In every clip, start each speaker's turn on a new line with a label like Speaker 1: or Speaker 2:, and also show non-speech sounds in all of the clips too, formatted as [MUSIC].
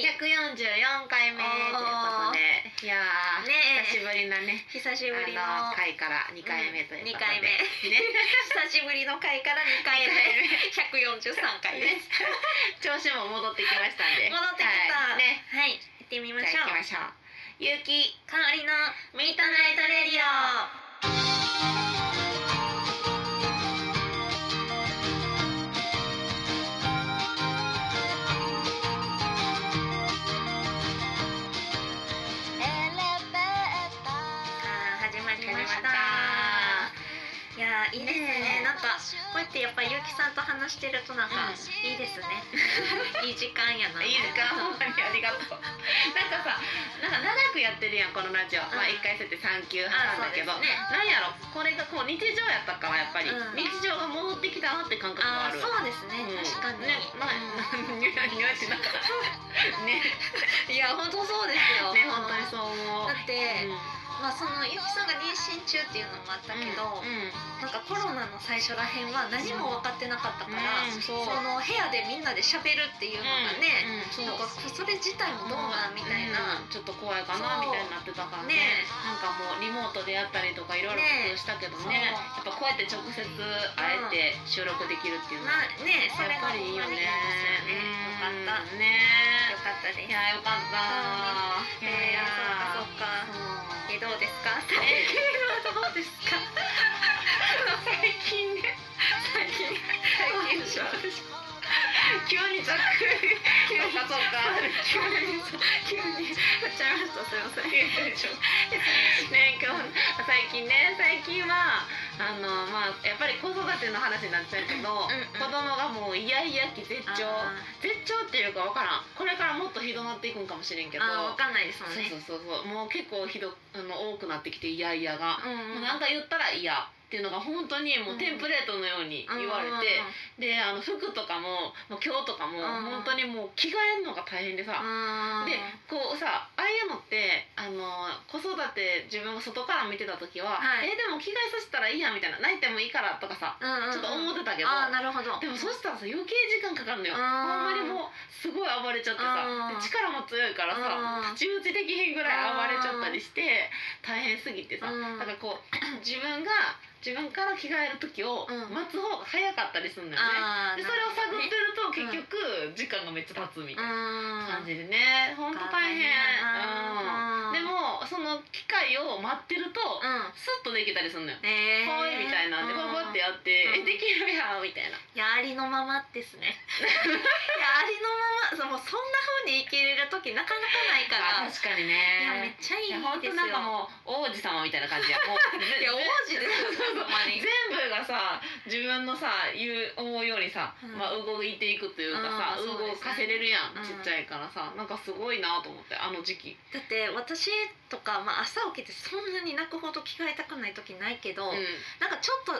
Speaker 1: 144回目ということでいやー、
Speaker 2: ねえ
Speaker 1: 久しぶりなね
Speaker 2: 久しぶりの
Speaker 1: あの回から2回目とい
Speaker 2: うん
Speaker 1: うことで、
Speaker 2: 二回目
Speaker 1: ね
Speaker 2: 久しぶりの回から2回 [LAUGHS] 目143回です、
Speaker 1: 調子も戻ってきましたんで
Speaker 2: 戻ってきた
Speaker 1: はい、ね
Speaker 2: はい行ってみま
Speaker 1: じゃ
Speaker 2: しょ
Speaker 1: あ行き
Speaker 2: う
Speaker 1: ましょうゆうき
Speaker 2: 香りのミートナイトレディオあー始まりましたいやーいいですね
Speaker 1: ねえ
Speaker 2: なんかこうやってやっぱゆうきさんと話してるとなんか、
Speaker 1: うん
Speaker 2: いいですね [LAUGHS] いい時間やない
Speaker 1: い時間ほんまにありがとうなんかさなんか長くやってるやんこのラジオ、まあ
Speaker 2: うん
Speaker 1: 1回設定3級半だけど、
Speaker 2: あそうですね
Speaker 1: なんやろこれがこう日常やったからやっぱり、
Speaker 2: うん
Speaker 1: 日常が戻ってきたなって感覚が
Speaker 2: あ
Speaker 1: あ
Speaker 2: ー
Speaker 1: る
Speaker 2: そうですね、
Speaker 1: うん
Speaker 2: 確かに、
Speaker 1: ねまあ何 [LAUGHS] にゃにゃしながらね
Speaker 2: いや本当そうですよ
Speaker 1: ね本当にそう思う
Speaker 2: だって、
Speaker 1: うん
Speaker 2: まあそのゆきさんが妊娠中っていうのもあったけど、
Speaker 1: うん
Speaker 2: なんかコロナの最初らへんは何も分かってなかったから、
Speaker 1: うん
Speaker 2: そ
Speaker 1: そう
Speaker 2: の部屋でみんなで喋るっていうのがね、
Speaker 1: うんそう
Speaker 2: なんかそれ自体もどうなんみたいな、
Speaker 1: うんちょっと怖いかな
Speaker 2: そう
Speaker 1: みたいになってたから
Speaker 2: ね
Speaker 1: ねなんかもうリモートでやったりとかいろいろ工夫したけど
Speaker 2: ね
Speaker 1: ねやっぱこうやって直接会えて収録できるっていうのは
Speaker 2: まあねそれ
Speaker 1: やっぱ
Speaker 2: が
Speaker 1: りいいよ
Speaker 2: ほ
Speaker 1: ね
Speaker 2: んまにいいですよねよかった、
Speaker 1: うん
Speaker 2: よ
Speaker 1: ね
Speaker 2: かったで
Speaker 1: い
Speaker 2: す
Speaker 1: やよかったいやい
Speaker 2: え
Speaker 1: や
Speaker 2: ー、そうかそうかえどうですか
Speaker 1: えどうですか最近ね最近最近 [LAUGHS]
Speaker 2: [LAUGHS]
Speaker 1: 急にざっくり急にそうか急
Speaker 2: [LAUGHS]
Speaker 1: に急に振っちゃいましたすいませんね今日最近ね最近はあのまあやっぱり子育ての話になっちゃうけど
Speaker 2: うんうん
Speaker 1: 子供がもうイヤイヤ期絶頂
Speaker 2: あ
Speaker 1: 絶頂っていうか分からんこれからもっとひどなっていくんかもしれんけ
Speaker 2: ー
Speaker 1: ど
Speaker 2: あーわかんないですもん
Speaker 1: そう
Speaker 2: ね
Speaker 1: そうそうそうもう結構ひどあの多くなってきてイヤイヤが、
Speaker 2: うんう
Speaker 1: もうんなんか言ったら嫌っていうのが本当にもうテンプレートのように言われて、であの服とかももう今日とか
Speaker 2: う
Speaker 1: も
Speaker 2: ん
Speaker 1: 本当にもう着替えるのが大変でさ、
Speaker 2: うん
Speaker 1: でこうさああいうのってあの子育て自分が外から見てた時は、
Speaker 2: はい
Speaker 1: えでも着替えさせたらいいやみたいな泣いてもいいからとか
Speaker 2: う
Speaker 1: さ
Speaker 2: んうんうん
Speaker 1: ちょっと思ってたけど、
Speaker 2: あーなるほど
Speaker 1: でもそしたらさ余計時間かかるのよほ
Speaker 2: あー
Speaker 1: んまにもうすごい暴れちゃってさ
Speaker 2: あー
Speaker 1: で力も強いから
Speaker 2: あー
Speaker 1: さ太刀打ちできへんぐらい暴れちゃったりして大変すぎてさ
Speaker 2: うん
Speaker 1: だからこう [CLEARS THROAT] 自分が自分から着替える時
Speaker 2: う
Speaker 1: を
Speaker 2: ん
Speaker 1: 待つ方が早かったりするのよね
Speaker 2: あー
Speaker 1: でそれを探ってる
Speaker 2: う
Speaker 1: と
Speaker 2: ん
Speaker 1: 結局時間がめっちゃ経つみたいな
Speaker 2: な
Speaker 1: 感
Speaker 2: るほどね
Speaker 1: じでねほんと大変
Speaker 2: あー
Speaker 1: うんでもその機会を待ってると
Speaker 2: うんうん
Speaker 1: スッとできたりするのよ
Speaker 2: えー
Speaker 1: 可愛いみたいなんで
Speaker 2: う
Speaker 1: こうやってやっ
Speaker 2: うん
Speaker 1: てえできるやんみたいな。
Speaker 2: いやありのままですねいやありのままそもうそんな風に生きれる時なかなかないから
Speaker 1: あ確かに
Speaker 2: いやめ
Speaker 1: ね
Speaker 2: っちゃいい
Speaker 1: いや本
Speaker 2: で
Speaker 1: 当
Speaker 2: す
Speaker 1: なんか
Speaker 2: よ
Speaker 1: もう王子様みたいな感じや
Speaker 2: [LAUGHS]
Speaker 1: もう
Speaker 2: いや王子ですよほんまに
Speaker 1: 全部がさ自分のさ言う思うよりさ、
Speaker 2: うん
Speaker 1: まあ、動いていくというかさ、
Speaker 2: うんそう
Speaker 1: 動
Speaker 2: ですね
Speaker 1: かせれるやん、
Speaker 2: うん
Speaker 1: ちっちゃいからさなんかすごいなと思ってあの時期、
Speaker 2: だって私とか、まあ、朝起きてそんなに泣くほど着替えたくない時ないけど、
Speaker 1: うん
Speaker 2: なんかちょっと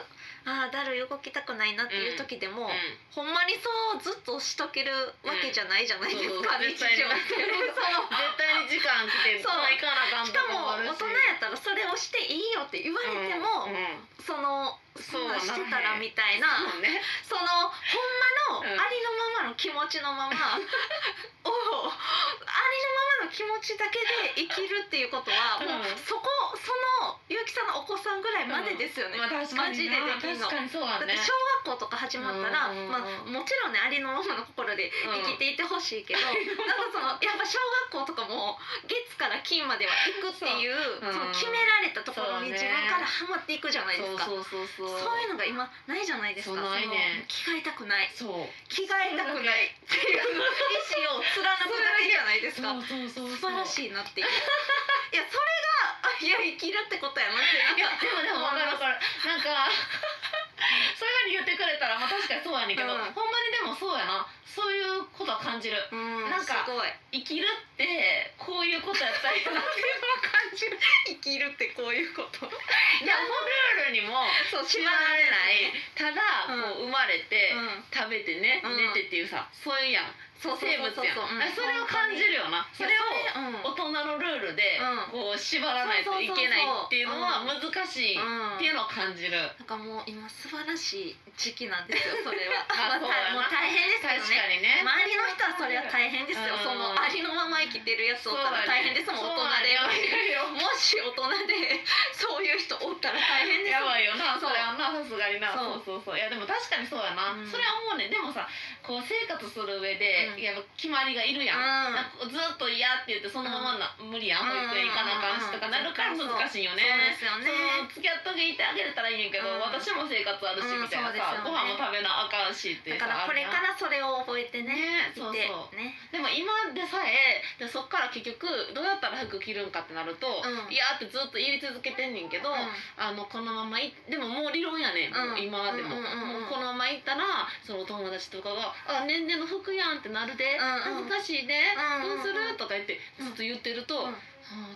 Speaker 2: ああだるい動きたくないなっていう時でも、ほんまにそうずっとしとけるわけじゃないじゃないですか、
Speaker 1: うん
Speaker 2: 日常っ
Speaker 1: そうそう絶対
Speaker 2: てそう
Speaker 1: 絶対に時間来て
Speaker 2: そう
Speaker 1: まあ行かなあかん
Speaker 2: し
Speaker 1: と
Speaker 2: か
Speaker 1: も
Speaker 2: も
Speaker 1: ある
Speaker 2: 大人やったらそれをしていいよって言われても、
Speaker 1: うんうん
Speaker 2: そのそんなんしてたらみたいな
Speaker 1: そうね
Speaker 2: そのほんまの
Speaker 1: うん
Speaker 2: ありのままの気持ちの
Speaker 1: [LAUGHS]
Speaker 2: ままをありのままの気持ちだけで生きるっていうことは
Speaker 1: うん
Speaker 2: もうそこその結城さんのお子さんぐらいまでですよね。
Speaker 1: まあ確
Speaker 2: マ
Speaker 1: かに
Speaker 2: ジで
Speaker 1: な
Speaker 2: できんの
Speaker 1: 確かにそうだ
Speaker 2: だっ
Speaker 1: ね
Speaker 2: て小学校とか始まったら、
Speaker 1: うん
Speaker 2: まあ、もちろんねありのままの心で生きていてほしいけど、なんかそのやっぱ小学校とかも月から金までは行くっていう
Speaker 1: そううん
Speaker 2: その決められたところに自
Speaker 1: そうね
Speaker 2: 分からハマっていくじゃないですか。
Speaker 1: そうそうそうそう
Speaker 2: そういうのが今ないじゃないですか。
Speaker 1: そうないね
Speaker 2: その着替えたくない。
Speaker 1: そう
Speaker 2: 着替えたくないっていう意思を貫くだけじゃないですか。
Speaker 1: そうそう
Speaker 2: 素晴
Speaker 1: そう
Speaker 2: らしいなっ
Speaker 1: [LAUGHS]
Speaker 2: ていう。いやそれがあいや生きるってことやなって
Speaker 1: いや
Speaker 2: なんか。
Speaker 1: でもでも分かる分かるなんかそういうふうに言ってくれたらまあ確かにそうやねんけど、
Speaker 2: うん
Speaker 1: ほんまにでもそうやなそういうことは感じる
Speaker 2: うん
Speaker 1: なんか
Speaker 2: すごい
Speaker 1: 生きるってこういうことやったりとかって [LAUGHS] いうのは感じる
Speaker 2: 生きるってこういうこと
Speaker 1: いやもうルールにも
Speaker 2: そう
Speaker 1: 縛られないただ
Speaker 2: うん
Speaker 1: こう生まれて、
Speaker 2: うん
Speaker 1: 食べてね
Speaker 2: うん
Speaker 1: 寝てっていうさそういうやん
Speaker 2: そうそう
Speaker 1: 生物やん
Speaker 2: そうそうそううん
Speaker 1: あそれを感じるよなそれを
Speaker 2: うん
Speaker 1: 大人のルールで
Speaker 2: うん
Speaker 1: こう縛らないといけないっていうのは難しいっ
Speaker 2: うん
Speaker 1: ていうのを感じる
Speaker 2: なんかもう今素晴らしい時期なんですよそれは
Speaker 1: [LAUGHS] あそうやな
Speaker 2: もう大変です
Speaker 1: 確か
Speaker 2: けどね
Speaker 1: にね
Speaker 2: 周りの人はそれは大変ですよ、
Speaker 1: うん
Speaker 2: そのありのまま生きてるやつおったら大変ですもん、
Speaker 1: やば
Speaker 2: 大人で、[LAUGHS]
Speaker 1: いよ
Speaker 2: もし大人でそういう人おったら大変です
Speaker 1: やば
Speaker 2: い
Speaker 1: いよな
Speaker 2: そ
Speaker 1: そうれはなさすがにな
Speaker 2: そう
Speaker 1: そうそうそういやでも確かにそうやな、
Speaker 2: うん
Speaker 1: それは思うねでもさこう生活する上で、
Speaker 2: うん
Speaker 1: やっぱ決まりがいるやん、
Speaker 2: うん
Speaker 1: なんかずっと嫌って言ってそのままな、無理やん保育園行かなあかんしとかなるから難しいよね、
Speaker 2: そうですよ
Speaker 1: その
Speaker 2: ね
Speaker 1: 付き合っといてあげれたらいいんやけど、
Speaker 2: うん
Speaker 1: 私も生活あるし
Speaker 2: うん
Speaker 1: みたい
Speaker 2: そ
Speaker 1: なさ、
Speaker 2: うですよね
Speaker 1: ご飯も食べなあかんしって
Speaker 2: だから
Speaker 1: さ
Speaker 2: これか
Speaker 1: あるやん
Speaker 2: らそれを覚えてね
Speaker 1: ね
Speaker 2: いて
Speaker 1: そうそう
Speaker 2: ね
Speaker 1: でも今でさえでそっから結局どうやったら服着るんかってなると、
Speaker 2: うん
Speaker 1: いやーってずっと言い続けてんねんけど、あのこのままいでももう理論やね、もう今でも,、
Speaker 2: うんうんうんうん
Speaker 1: もうこのまま行ったらそのお友達とかが「あ年齢の服やん」ってなるで、
Speaker 2: うんうん
Speaker 1: 恥ずかしいで、
Speaker 2: うんうんうん
Speaker 1: どうするとか言ってずっと言ってると、
Speaker 2: うん
Speaker 1: はあ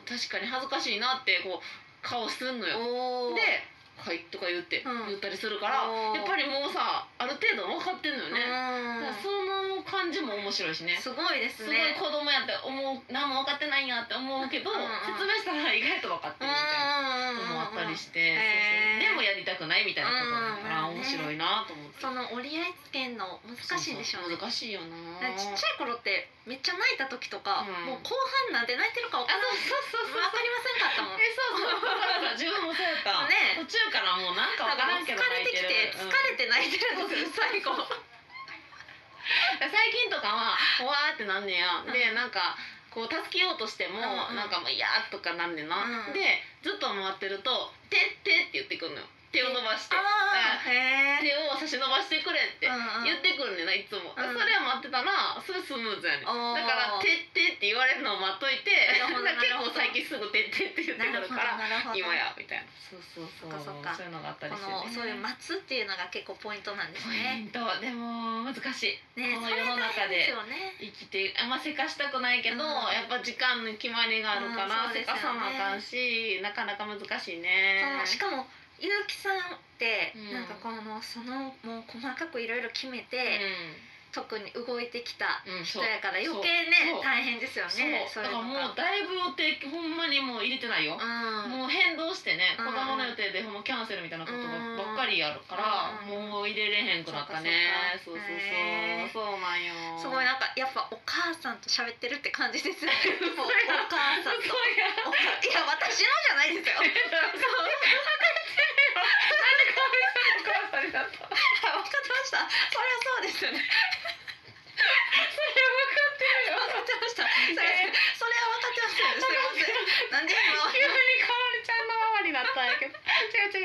Speaker 1: 確かに恥ずかしいなってこう顔すんのよ。
Speaker 2: おお
Speaker 1: で「はい」とか言って、
Speaker 2: うん
Speaker 1: 言ったりするから
Speaker 2: おー
Speaker 1: やっぱりもうさある程度分かってんのよね。だからそ
Speaker 2: ね
Speaker 1: の感じも面白いしね。
Speaker 2: すごいですす
Speaker 1: ごい
Speaker 2: ね
Speaker 1: 子供やって思う何も分かってないんやって思うけど、
Speaker 2: うんうん
Speaker 1: 説明したら意外と分かってるみたいな。
Speaker 2: うんうんうん
Speaker 1: もあったりして、
Speaker 2: へー
Speaker 1: そうそうでもやりたくないみたいなことだから、
Speaker 2: うんうんうん
Speaker 1: 面白いなと思って
Speaker 2: その折り合いつけんの難しいんでしょうね
Speaker 1: そうそう難しいよな
Speaker 2: なんかちっちゃい頃ってめっちゃ泣いた時とか、
Speaker 1: うん
Speaker 2: もう後半なんて泣いてるか分
Speaker 1: あ
Speaker 2: からん
Speaker 1: そうそうそうそう
Speaker 2: わかりませんかったもん。
Speaker 1: えそうそうそう自分もそうやった、
Speaker 2: ね
Speaker 1: 途中からもうなんか
Speaker 2: な
Speaker 1: わ
Speaker 2: んか
Speaker 1: から
Speaker 2: もうん疲れ
Speaker 1: けど泣い
Speaker 2: てきて疲れて泣いてるん
Speaker 1: る
Speaker 2: ですよ最後。
Speaker 1: うん最近とかはうわーってなんねや、
Speaker 2: うん
Speaker 1: でなんかこう助けようとして
Speaker 2: う
Speaker 1: も、
Speaker 2: んうん
Speaker 1: なんかもういやーとかなんねんな、
Speaker 2: うん
Speaker 1: でずっと回ってると「てって」って言ってくんのよ手を伸ばして
Speaker 2: あーへえ。
Speaker 1: 手を差し伸ばしてくれって、
Speaker 2: うんうん
Speaker 1: 言ってくるねんないつも、
Speaker 2: うん
Speaker 1: それは待ってたらそれスムーズやねんだ
Speaker 2: おー
Speaker 1: から「てって」って言われるのを待っといて
Speaker 2: なるほど
Speaker 1: だから [LAUGHS] 結構
Speaker 2: なるほど
Speaker 1: 最近すぐ「てって」って言っ
Speaker 2: な
Speaker 1: てく
Speaker 2: る
Speaker 1: る
Speaker 2: ほど
Speaker 1: から
Speaker 2: なるほど。
Speaker 1: 今やみたいなそうそうそう
Speaker 2: そっか
Speaker 1: そういうのがあった
Speaker 2: こ
Speaker 1: りして、ね、
Speaker 2: のそういう待つっていうのが結構ポイントなんです
Speaker 1: ポイ
Speaker 2: ね。
Speaker 1: ントでも難しい
Speaker 2: ね
Speaker 1: この
Speaker 2: それ
Speaker 1: 世の
Speaker 2: 大
Speaker 1: 中
Speaker 2: 変です
Speaker 1: で
Speaker 2: よね。
Speaker 1: 生きてあんませかしたくないけど、
Speaker 2: うん
Speaker 1: やっぱ時間の決まりがあるから、
Speaker 2: うんそう
Speaker 1: せ
Speaker 2: ですよ
Speaker 1: か
Speaker 2: ね
Speaker 1: さなあかんしなかなか難しい
Speaker 2: そ
Speaker 1: ね
Speaker 2: うしかもゆうきさんって
Speaker 1: うん
Speaker 2: なんかこのそのもう細かくいろいろ決めて
Speaker 1: う
Speaker 2: 特に動いてきた
Speaker 1: ん、うん、そ
Speaker 2: 人
Speaker 1: う
Speaker 2: やから余計ね
Speaker 1: そう
Speaker 2: 大変ですよね。
Speaker 1: そう
Speaker 2: い
Speaker 1: だから
Speaker 2: の
Speaker 1: も
Speaker 2: が
Speaker 1: うだいぶ予定ほんまにもう入れてないよ、
Speaker 2: うん。
Speaker 1: もう変動してね、
Speaker 2: うん
Speaker 1: 子供の予定でほんまキャンセルみたいなことばっかりやるから、
Speaker 2: うん
Speaker 1: もう入れれへんくなったね
Speaker 2: そ
Speaker 1: そうう
Speaker 2: か
Speaker 1: そう
Speaker 2: そうか
Speaker 1: そう、そう
Speaker 2: すご
Speaker 1: なんよ
Speaker 2: いなんかやっぱお母さんと喋ってるって感じ
Speaker 1: [LAUGHS]
Speaker 2: ですね。もうお母さんと。
Speaker 1: そうや
Speaker 2: お母いや私のじゃないで
Speaker 1: [LAUGHS]
Speaker 2: すよ。分
Speaker 1: お母さんに
Speaker 2: [LAUGHS]
Speaker 1: なった
Speaker 2: かってました。そりゃそうですよね。分かってました。それそれは分かってますよね。すいません。なんで今
Speaker 1: 急にかわりちゃんのママになったんやけど [LAUGHS] 違う違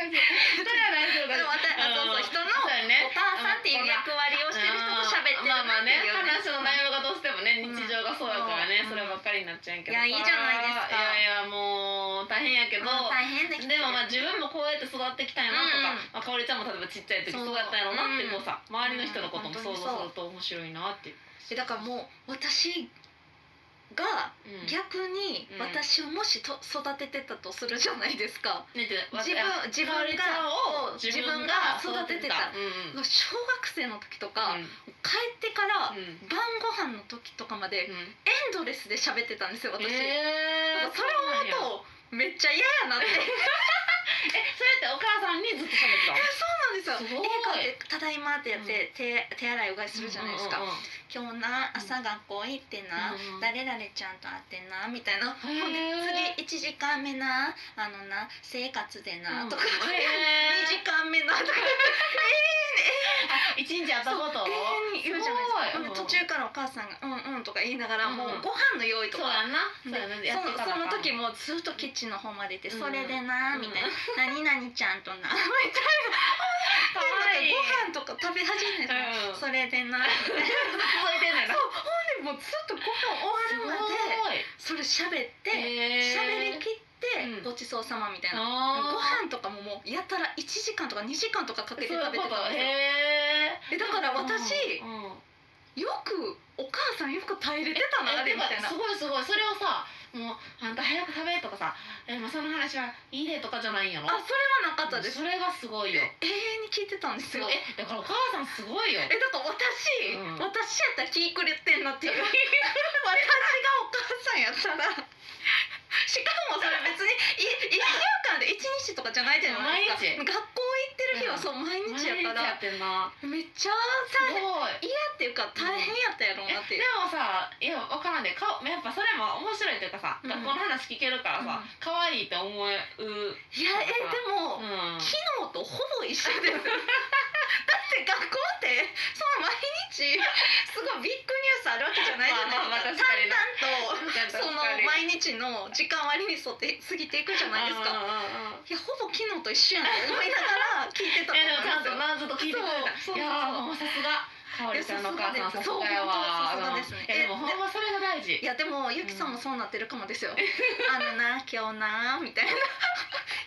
Speaker 1: う違うそれは大丈夫
Speaker 2: でも私あそうそう人の
Speaker 1: そうやね
Speaker 2: お母さんっていう役割をしてる人と喋ってる
Speaker 1: まあまあ
Speaker 2: なって
Speaker 1: ね
Speaker 2: いう
Speaker 1: 話の内容がどうしてもね
Speaker 2: う
Speaker 1: 日
Speaker 2: ん
Speaker 1: 常がそうやからね、
Speaker 2: うん
Speaker 1: そればっかりになっちゃうんやけど
Speaker 2: いやいいじゃないですか
Speaker 1: いやいやもう大変やけど、
Speaker 2: もう大変できて
Speaker 1: でもまあ自分もこうやって育ってきたんやなとか、
Speaker 2: うん
Speaker 1: まあ、かおりちゃんも例えばちっちゃい時
Speaker 2: そう
Speaker 1: そうやったんやろうなってこうさ、周りの人のことも
Speaker 2: うん
Speaker 1: 想像すると面白いなっていう、
Speaker 2: えだからもう私が
Speaker 1: うん、
Speaker 2: 逆に
Speaker 1: うん
Speaker 2: 私をもしと育ててたとするじゃないですか。
Speaker 1: ねて
Speaker 2: 自分自分
Speaker 1: かおりちゃん
Speaker 2: が
Speaker 1: を
Speaker 2: 自分が育ててた
Speaker 1: うんうん
Speaker 2: 小学生の時とか、
Speaker 1: うん
Speaker 2: 帰ってから
Speaker 1: うん
Speaker 2: 晩ご飯の時とかまでエ
Speaker 1: うん
Speaker 2: ンドレスで喋ってたんですよ私、
Speaker 1: え
Speaker 2: だからそれ
Speaker 1: を
Speaker 2: を思うとめっちゃ嫌やな
Speaker 1: [LAUGHS]
Speaker 2: って
Speaker 1: えそれってお母さんにずっと喋ってたの
Speaker 2: そうなんです
Speaker 1: す
Speaker 2: よ
Speaker 1: ごい
Speaker 2: 家帰って「ただいま」ってやって、手手洗いうがいするじゃないですか「
Speaker 1: うんうんうん
Speaker 2: 今日な朝学校行ってな、
Speaker 1: うんうん
Speaker 2: 誰々ちゃんと会ってな」みたいな「ほんで
Speaker 1: へー
Speaker 2: 次1時間目なあのな生活でな」とか、
Speaker 1: うん
Speaker 2: 二
Speaker 1: へー
Speaker 2: 2時間目な」とか
Speaker 1: あ [LAUGHS] 一日あったこと
Speaker 2: 永遠に言うじゃないですか
Speaker 1: ごい
Speaker 2: ほんで途中からお母さんが「うんうん」とか言いながら、もううんご飯の用意と
Speaker 1: そう
Speaker 2: か
Speaker 1: やんな
Speaker 2: で
Speaker 1: そうやんな
Speaker 2: そのその時
Speaker 1: も
Speaker 2: もずっとキッチンの方までいて「
Speaker 1: うん
Speaker 2: それでな」みたいな「何々ちゃんとな」みたい
Speaker 1: かわいい
Speaker 2: なご飯とか食べ始めたら
Speaker 1: うん
Speaker 2: それでな」みたいな
Speaker 1: 続いて
Speaker 2: [LAUGHS]
Speaker 1: んねんな
Speaker 2: でもうずっとご飯終わるまでそれ喋って喋
Speaker 1: 喋
Speaker 2: りきって
Speaker 1: うん
Speaker 2: ごちそうさまみたいなご
Speaker 1: あ
Speaker 2: 飯とかももうやたら1時間とか2時間とかかけて
Speaker 1: そういう
Speaker 2: 食べて
Speaker 1: こと
Speaker 2: たんですよ
Speaker 1: へ
Speaker 2: えだから
Speaker 1: ー
Speaker 2: 私
Speaker 1: うんうん
Speaker 2: よくお母さんよく耐えれてたなあれ
Speaker 1: え
Speaker 2: みたいな
Speaker 1: すごいすごいそれをさもうあんた早く食べとかさえもうその話はいいでとかじゃないんやろ
Speaker 2: あそれはなかったです
Speaker 1: それがすごいよ
Speaker 2: 永遠に聞いてたんです
Speaker 1: す
Speaker 2: よ
Speaker 1: ごいえだからお母さんすごいよ
Speaker 2: えだから私、
Speaker 1: うん
Speaker 2: 私やったら気くれてんな
Speaker 1: [LAUGHS]
Speaker 2: っていう私がお母さんやったらしかもそれ別にい1週間で1日とかじゃないじゃないですか
Speaker 1: 毎
Speaker 2: 学校行ってる日は
Speaker 1: うん
Speaker 2: そう毎
Speaker 1: 毎
Speaker 2: 日
Speaker 1: 日
Speaker 2: や
Speaker 1: や
Speaker 2: か
Speaker 1: ったら
Speaker 2: ら
Speaker 1: ってんな
Speaker 2: めっちゃ
Speaker 1: す
Speaker 2: 大変
Speaker 1: ごい
Speaker 2: 嫌っていうか大変やったやろう
Speaker 1: え
Speaker 2: なってい
Speaker 1: で
Speaker 2: う、
Speaker 1: もさいやわからんでかやっぱそれも面白いというかさ、
Speaker 2: うん
Speaker 1: 学校の話聞けるからさ
Speaker 2: うん
Speaker 1: 可愛、いと思う、うん、
Speaker 2: いやえでも、
Speaker 1: うん
Speaker 2: 昨日とほぼ一緒 [LAUGHS] ですだって学校ってその毎日すごいビッグニュースあるわけじゃないじゃ
Speaker 1: まあま
Speaker 2: な
Speaker 1: あ
Speaker 2: い
Speaker 1: 確
Speaker 2: ですか淡々
Speaker 1: かにな
Speaker 2: とその毎日の時間割に沿って過ぎていくじゃないです
Speaker 1: うん
Speaker 2: か。
Speaker 1: うんうん
Speaker 2: いやほぼ昨日と一緒やんって思いながら聞いてた
Speaker 1: いやでもちゃん
Speaker 2: と
Speaker 1: と
Speaker 2: 思いま
Speaker 1: なずっと聞いてくれた
Speaker 2: そうそうそうそう
Speaker 1: いやーもうさすがかおりちゃんのお母さん
Speaker 2: いや
Speaker 1: さ
Speaker 2: さ
Speaker 1: す
Speaker 2: すが
Speaker 1: がやわ
Speaker 2: ですそう本当さすがですね
Speaker 1: いやでもほんまそれが大事
Speaker 2: [LAUGHS] す。いやでもゆきさんもそうなってるかもですよ。あのな今日なみたいな。 [LAUGHS]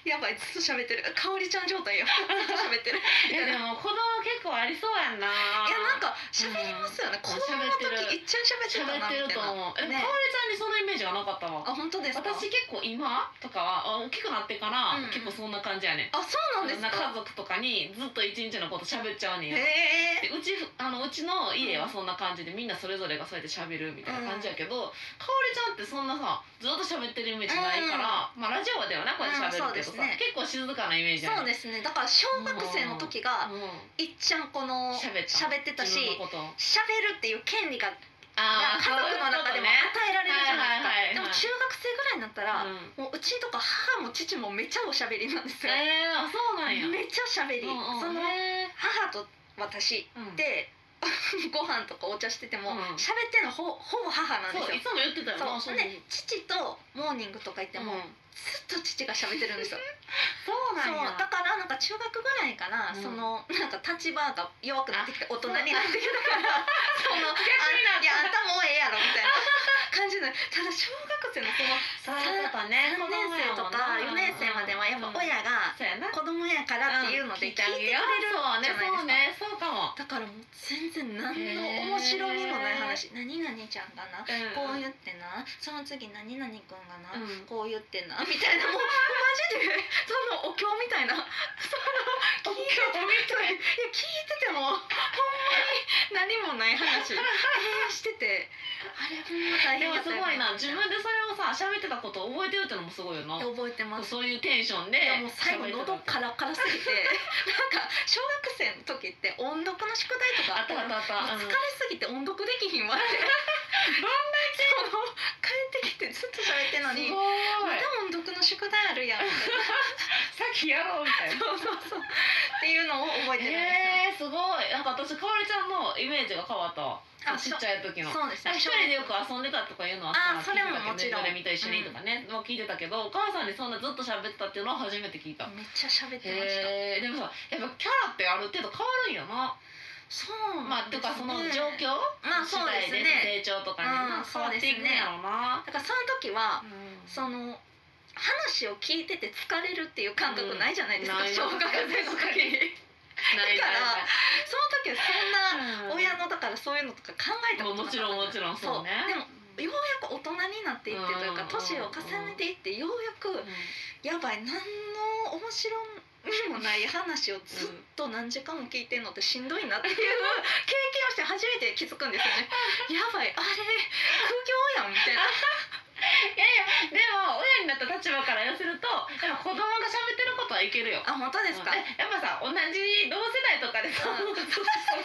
Speaker 2: やばいずっと喋ってる。かおりちゃん状態よ。ずっと喋って [LAUGHS] る。
Speaker 1: いやでも子供結構ありそうやんないい
Speaker 2: やなんか喋りますよね。子供の
Speaker 1: 喋って
Speaker 2: 時いっちゃん喋って
Speaker 1: 喋
Speaker 2: たな
Speaker 1: っ
Speaker 2: み
Speaker 1: てる
Speaker 2: たい
Speaker 1: と
Speaker 2: な。
Speaker 1: 思うえかおりちゃん
Speaker 2: ね
Speaker 1: にそのイメージがなかったわ
Speaker 2: あ本当ですか。
Speaker 1: 私結構今とかはあ大きくなってから
Speaker 2: うん
Speaker 1: 結構そんな感じやね、
Speaker 2: あそうなんです
Speaker 1: なんか家
Speaker 2: か。
Speaker 1: 族とかにずっと一日のこと喋っちゃうねんや
Speaker 2: へえ。
Speaker 1: でうちあのうちの家はそんな感じでみんなそれぞれがそうやって喋るみたいな感じやけど、かおりちゃんってそんなさずっと喋ってるイメージないから、まあラジオではなこうやって喋るけどさ、
Speaker 2: うんそうですね
Speaker 1: 結構静かなイメージや
Speaker 2: そう
Speaker 1: ね
Speaker 2: ですね。だから小学生の時が
Speaker 1: うん
Speaker 2: いっちゃんこの
Speaker 1: 喋った
Speaker 2: 喋ってたし。
Speaker 1: 自分のこと
Speaker 2: 喋るっていう権利が
Speaker 1: あ
Speaker 2: 家
Speaker 1: ー
Speaker 2: 族の中でも与えられるじゃないですか、
Speaker 1: はいはいはいはい
Speaker 2: でも中学生ぐらいになったら、
Speaker 1: そういうことね
Speaker 2: もううちとか母も父もめっちゃおしゃべりなんです
Speaker 1: うん
Speaker 2: よ、
Speaker 1: えー、あそうなんや
Speaker 2: めっちゃおしゃべり、
Speaker 1: うんうん
Speaker 2: その
Speaker 1: へ
Speaker 2: 母と私
Speaker 1: ーうん
Speaker 2: で [LAUGHS] ご飯とかお茶してても
Speaker 1: うん
Speaker 2: 喋、ってるのほほぼ母なんで
Speaker 1: そうい
Speaker 2: すよ
Speaker 1: つも言ってたよな
Speaker 2: そうで父とモーニングとか行って
Speaker 1: でも、
Speaker 2: も、
Speaker 1: うん
Speaker 2: ずっと父が喋ってるんですよ
Speaker 1: [LAUGHS] そうなん
Speaker 2: そう
Speaker 1: や
Speaker 2: だからなんか中学ぐらいから、
Speaker 1: うん
Speaker 2: そのなんか立場が弱くなってきて大人になってきたから
Speaker 1: [LAUGHS]
Speaker 2: そのあん
Speaker 1: なった
Speaker 2: いやあんたもうええやろみたい
Speaker 1: [LAUGHS]
Speaker 2: な感じのただ小学生のその
Speaker 1: そういうことね
Speaker 2: 3年生とか4年生まではやっぱ親が
Speaker 1: そうやな
Speaker 2: 子供やからっていうので聞いてくれる
Speaker 1: そう
Speaker 2: じ
Speaker 1: ね
Speaker 2: ゃないですか
Speaker 1: そうねそうかも、
Speaker 2: だからもう全然何の面白みもない話何々ちゃんがなこう言ってなその次何々くんがな
Speaker 1: うん
Speaker 2: こう言ってなみた [LAUGHS] いなもうマジでそのお経みたいなその聞いてていや聞いててもほんまに何もない話えーしててあれほんま大
Speaker 1: で
Speaker 2: 変
Speaker 1: も
Speaker 2: やっ
Speaker 1: す
Speaker 2: た
Speaker 1: ごいな自分
Speaker 2: よ
Speaker 1: でそれをさ喋ってたことを覚えてるってのもすごいよな
Speaker 2: な覚えてます
Speaker 1: そういうテンションで
Speaker 2: いやもう最後
Speaker 1: 喋って
Speaker 2: 喉
Speaker 1: た
Speaker 2: カラカラすぎて [LAUGHS] なんか小学生の時って音読の宿題とか
Speaker 1: あったあったあ
Speaker 2: もう
Speaker 1: ったうん
Speaker 2: 疲れすぎて音読できひんわってどんだけ帰ってきてずっと喋ってんの
Speaker 1: す
Speaker 2: に
Speaker 1: ご
Speaker 2: ま
Speaker 1: い
Speaker 2: た音読の宿題あるやんみたいな
Speaker 1: さっきやろうみたいな
Speaker 2: そうそうそうっていうのを覚えてるんで
Speaker 1: へえー、すごいなんか私かおりちゃんのイメージが変わったわ
Speaker 2: あ
Speaker 1: ちっちゃい時
Speaker 2: す
Speaker 1: の
Speaker 2: よそうです
Speaker 1: あ
Speaker 2: ね
Speaker 1: 一人でよく遊んでたとかいうのは
Speaker 2: あ
Speaker 1: さ
Speaker 2: それももちろん
Speaker 1: 聞いてたけどねぬいぐるみと一緒にとかね、もう聞いてたけどお母さんにそんなずっと喋ってたっていうのは初めて聞いた、
Speaker 2: めっちゃ喋ってました
Speaker 1: へえでもさやっぱキャラってある程度変わるんよな
Speaker 2: そう
Speaker 1: ま
Speaker 2: な
Speaker 1: あ
Speaker 2: ん
Speaker 1: と
Speaker 2: ですね
Speaker 1: かその状況
Speaker 2: まあそうですね
Speaker 1: 次第で成長とかにな
Speaker 2: うん
Speaker 1: 変わっていくんやろうな、
Speaker 2: だからその時は
Speaker 1: うん
Speaker 2: その話を聞いてて疲れるっていう感覚ないじゃないですか、
Speaker 1: うんない
Speaker 2: 小学生の時に
Speaker 1: ない
Speaker 2: だ
Speaker 1: な
Speaker 2: か
Speaker 1: い
Speaker 2: らその時はそんな
Speaker 1: ないうん
Speaker 2: 親のだからそういうのとか考えたことなか
Speaker 1: もも
Speaker 2: った
Speaker 1: ちろんもちろんそうね
Speaker 2: でもようやく大人になっていってという
Speaker 1: う
Speaker 2: か
Speaker 1: ん
Speaker 2: 年を重ねていってようや
Speaker 1: うん
Speaker 2: くやばい何の面白みもない話をずっと何時間も聞いてんのってしんどいなっていう経
Speaker 1: [LAUGHS]
Speaker 2: 験をして初めて気づくんですよね。やばいあれ苦行やんみたいな。
Speaker 1: いやいやでも親になった立場から寄せるとやっぱ子供が喋ってることはいけるよ
Speaker 2: あ本当ですか。
Speaker 1: うんえやっぱさ同じ同世代とかでさ、
Speaker 2: う
Speaker 1: [LAUGHS] そ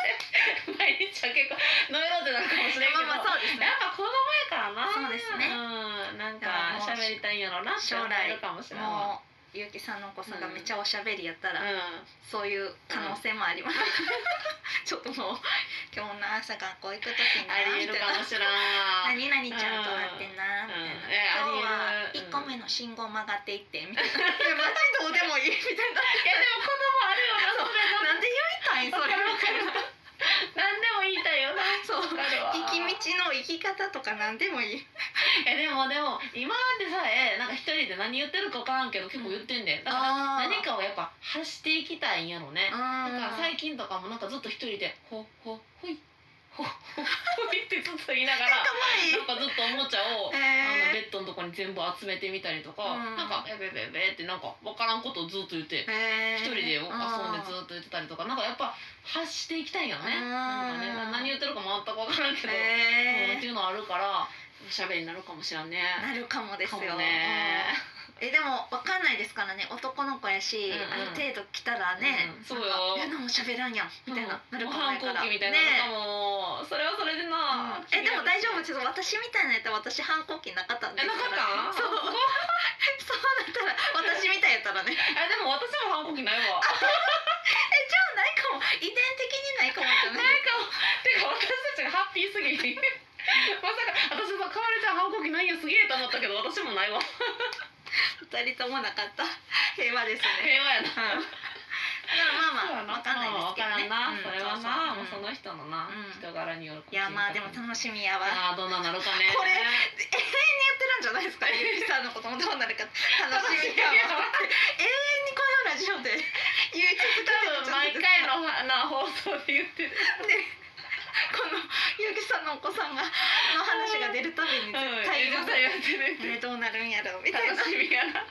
Speaker 1: れ毎日は結構ノイローゼなのかもしれんけど、
Speaker 2: まあまあそうですね
Speaker 1: やっぱ子供やからな
Speaker 2: そうですね
Speaker 1: うん、なんか喋りたいんやろうなって思えるかもしれない
Speaker 2: もうゆうきさんのお子さんがめっちゃおしゃべりやったら、
Speaker 1: うん
Speaker 2: そういう可能性もあります。 [LAUGHS] ちょっともう今日の朝学校行く時にな
Speaker 1: ありえるかもしら [LAUGHS] ん。
Speaker 2: 何々ちゃんと会ってんなみたいな、
Speaker 1: うんうんえありえる
Speaker 2: 今日は1個目の信号曲がっていってみ [LAUGHS] たいな、いやマジどうでもいいみたいな
Speaker 1: いやでも子供あるよなそれな。
Speaker 2: なんで言いたいんそれ
Speaker 1: わかるわかる何でも言いたいよな。
Speaker 2: そう
Speaker 1: わかるわ
Speaker 2: 行き道の行き方とか何でもいい
Speaker 1: えでもでも今でさえなんか一人で何言ってるか分からんけど結構言ってんで。だから
Speaker 2: あ
Speaker 1: 何かをやっぱ発していきたいんやろね。
Speaker 2: な
Speaker 1: なんか
Speaker 2: んか
Speaker 1: 最近とかもなんかずっと一人でほほほいほおおぽいってずっと言いながらなんかずっとおもちゃを、あの
Speaker 2: え
Speaker 1: ベッドのとこに全部集めてみたりとか、
Speaker 2: うん
Speaker 1: なんかやべやべやべってなんかわからんことをずっと言っ
Speaker 2: ー、
Speaker 1: て
Speaker 2: え
Speaker 1: 一人で遊んでずっと言ってたりとかなんかやっぱ発していきたいよね
Speaker 2: うん
Speaker 1: なんかねな何言ってるか全くわからんけど、うんっ
Speaker 2: え
Speaker 1: ていうのはあるからおしゃべりになるかもしらんね。
Speaker 2: ー、なるかもですよ
Speaker 1: かもね
Speaker 2: うんえでもわかんないですからね男の子やし、
Speaker 1: うんうん
Speaker 2: ある程度来たらね、
Speaker 1: うんそうよ
Speaker 2: なんかいや何も喋らんやんみたいな、
Speaker 1: うん
Speaker 2: なる
Speaker 1: [LAUGHS] もう
Speaker 2: かも
Speaker 1: 反
Speaker 2: やか
Speaker 1: 抗
Speaker 2: ら
Speaker 1: 期みたいな
Speaker 2: ね
Speaker 1: のかも、それはそれでな、
Speaker 2: えでも大丈夫
Speaker 1: ょ
Speaker 2: ちょっと私みたいなやったら私反抗期なかったんで
Speaker 1: え
Speaker 2: す
Speaker 1: な
Speaker 2: から
Speaker 1: かった
Speaker 2: そう
Speaker 1: [LAUGHS] こ
Speaker 2: そ
Speaker 1: こ
Speaker 2: うだったら私みたいやったらねえ
Speaker 1: えでも私も反抗期ないわ
Speaker 2: じゃあないかも遺伝的にないかもじゃ
Speaker 1: なん
Speaker 2: ない
Speaker 1: か [LAUGHS] てか私たちがハッピーすぎ [LAUGHS] てまさか私さかわれちゃん反抗期ないよすげえと思ったけど私もないわ
Speaker 2: 二人ともなかった平和ですね
Speaker 1: 平和やな
Speaker 2: うんでもまあままあ
Speaker 1: [LAUGHS]
Speaker 2: わかんないですけどね
Speaker 1: わからんな、
Speaker 2: うん
Speaker 1: それはな、もうそ
Speaker 2: そうそううん
Speaker 1: の人のな、
Speaker 2: うん
Speaker 1: 人柄によるか
Speaker 2: いやまあでも
Speaker 1: し
Speaker 2: 楽しみや
Speaker 1: い
Speaker 2: わ
Speaker 1: ああどんなんなるかね
Speaker 2: これ永遠にやってるんじゃないですかゆきさんのこともどうなるか楽
Speaker 1: 楽し
Speaker 2: し
Speaker 1: み
Speaker 2: みや
Speaker 1: や
Speaker 2: わ
Speaker 1: わ
Speaker 2: 永遠にこのラジオで言い続けて
Speaker 1: 多
Speaker 2: るんじ
Speaker 1: 分
Speaker 2: ゃない
Speaker 1: 毎
Speaker 2: です
Speaker 1: 回
Speaker 2: か
Speaker 1: のな放送で言ってる
Speaker 2: このゆきさんのお子さんがの話が出るたびに絶
Speaker 1: うん
Speaker 2: 対
Speaker 1: 絶
Speaker 2: 言わ
Speaker 1: 対
Speaker 2: せ
Speaker 1: やってる
Speaker 2: ねどうなるんやろうみたいな
Speaker 1: 楽しみやな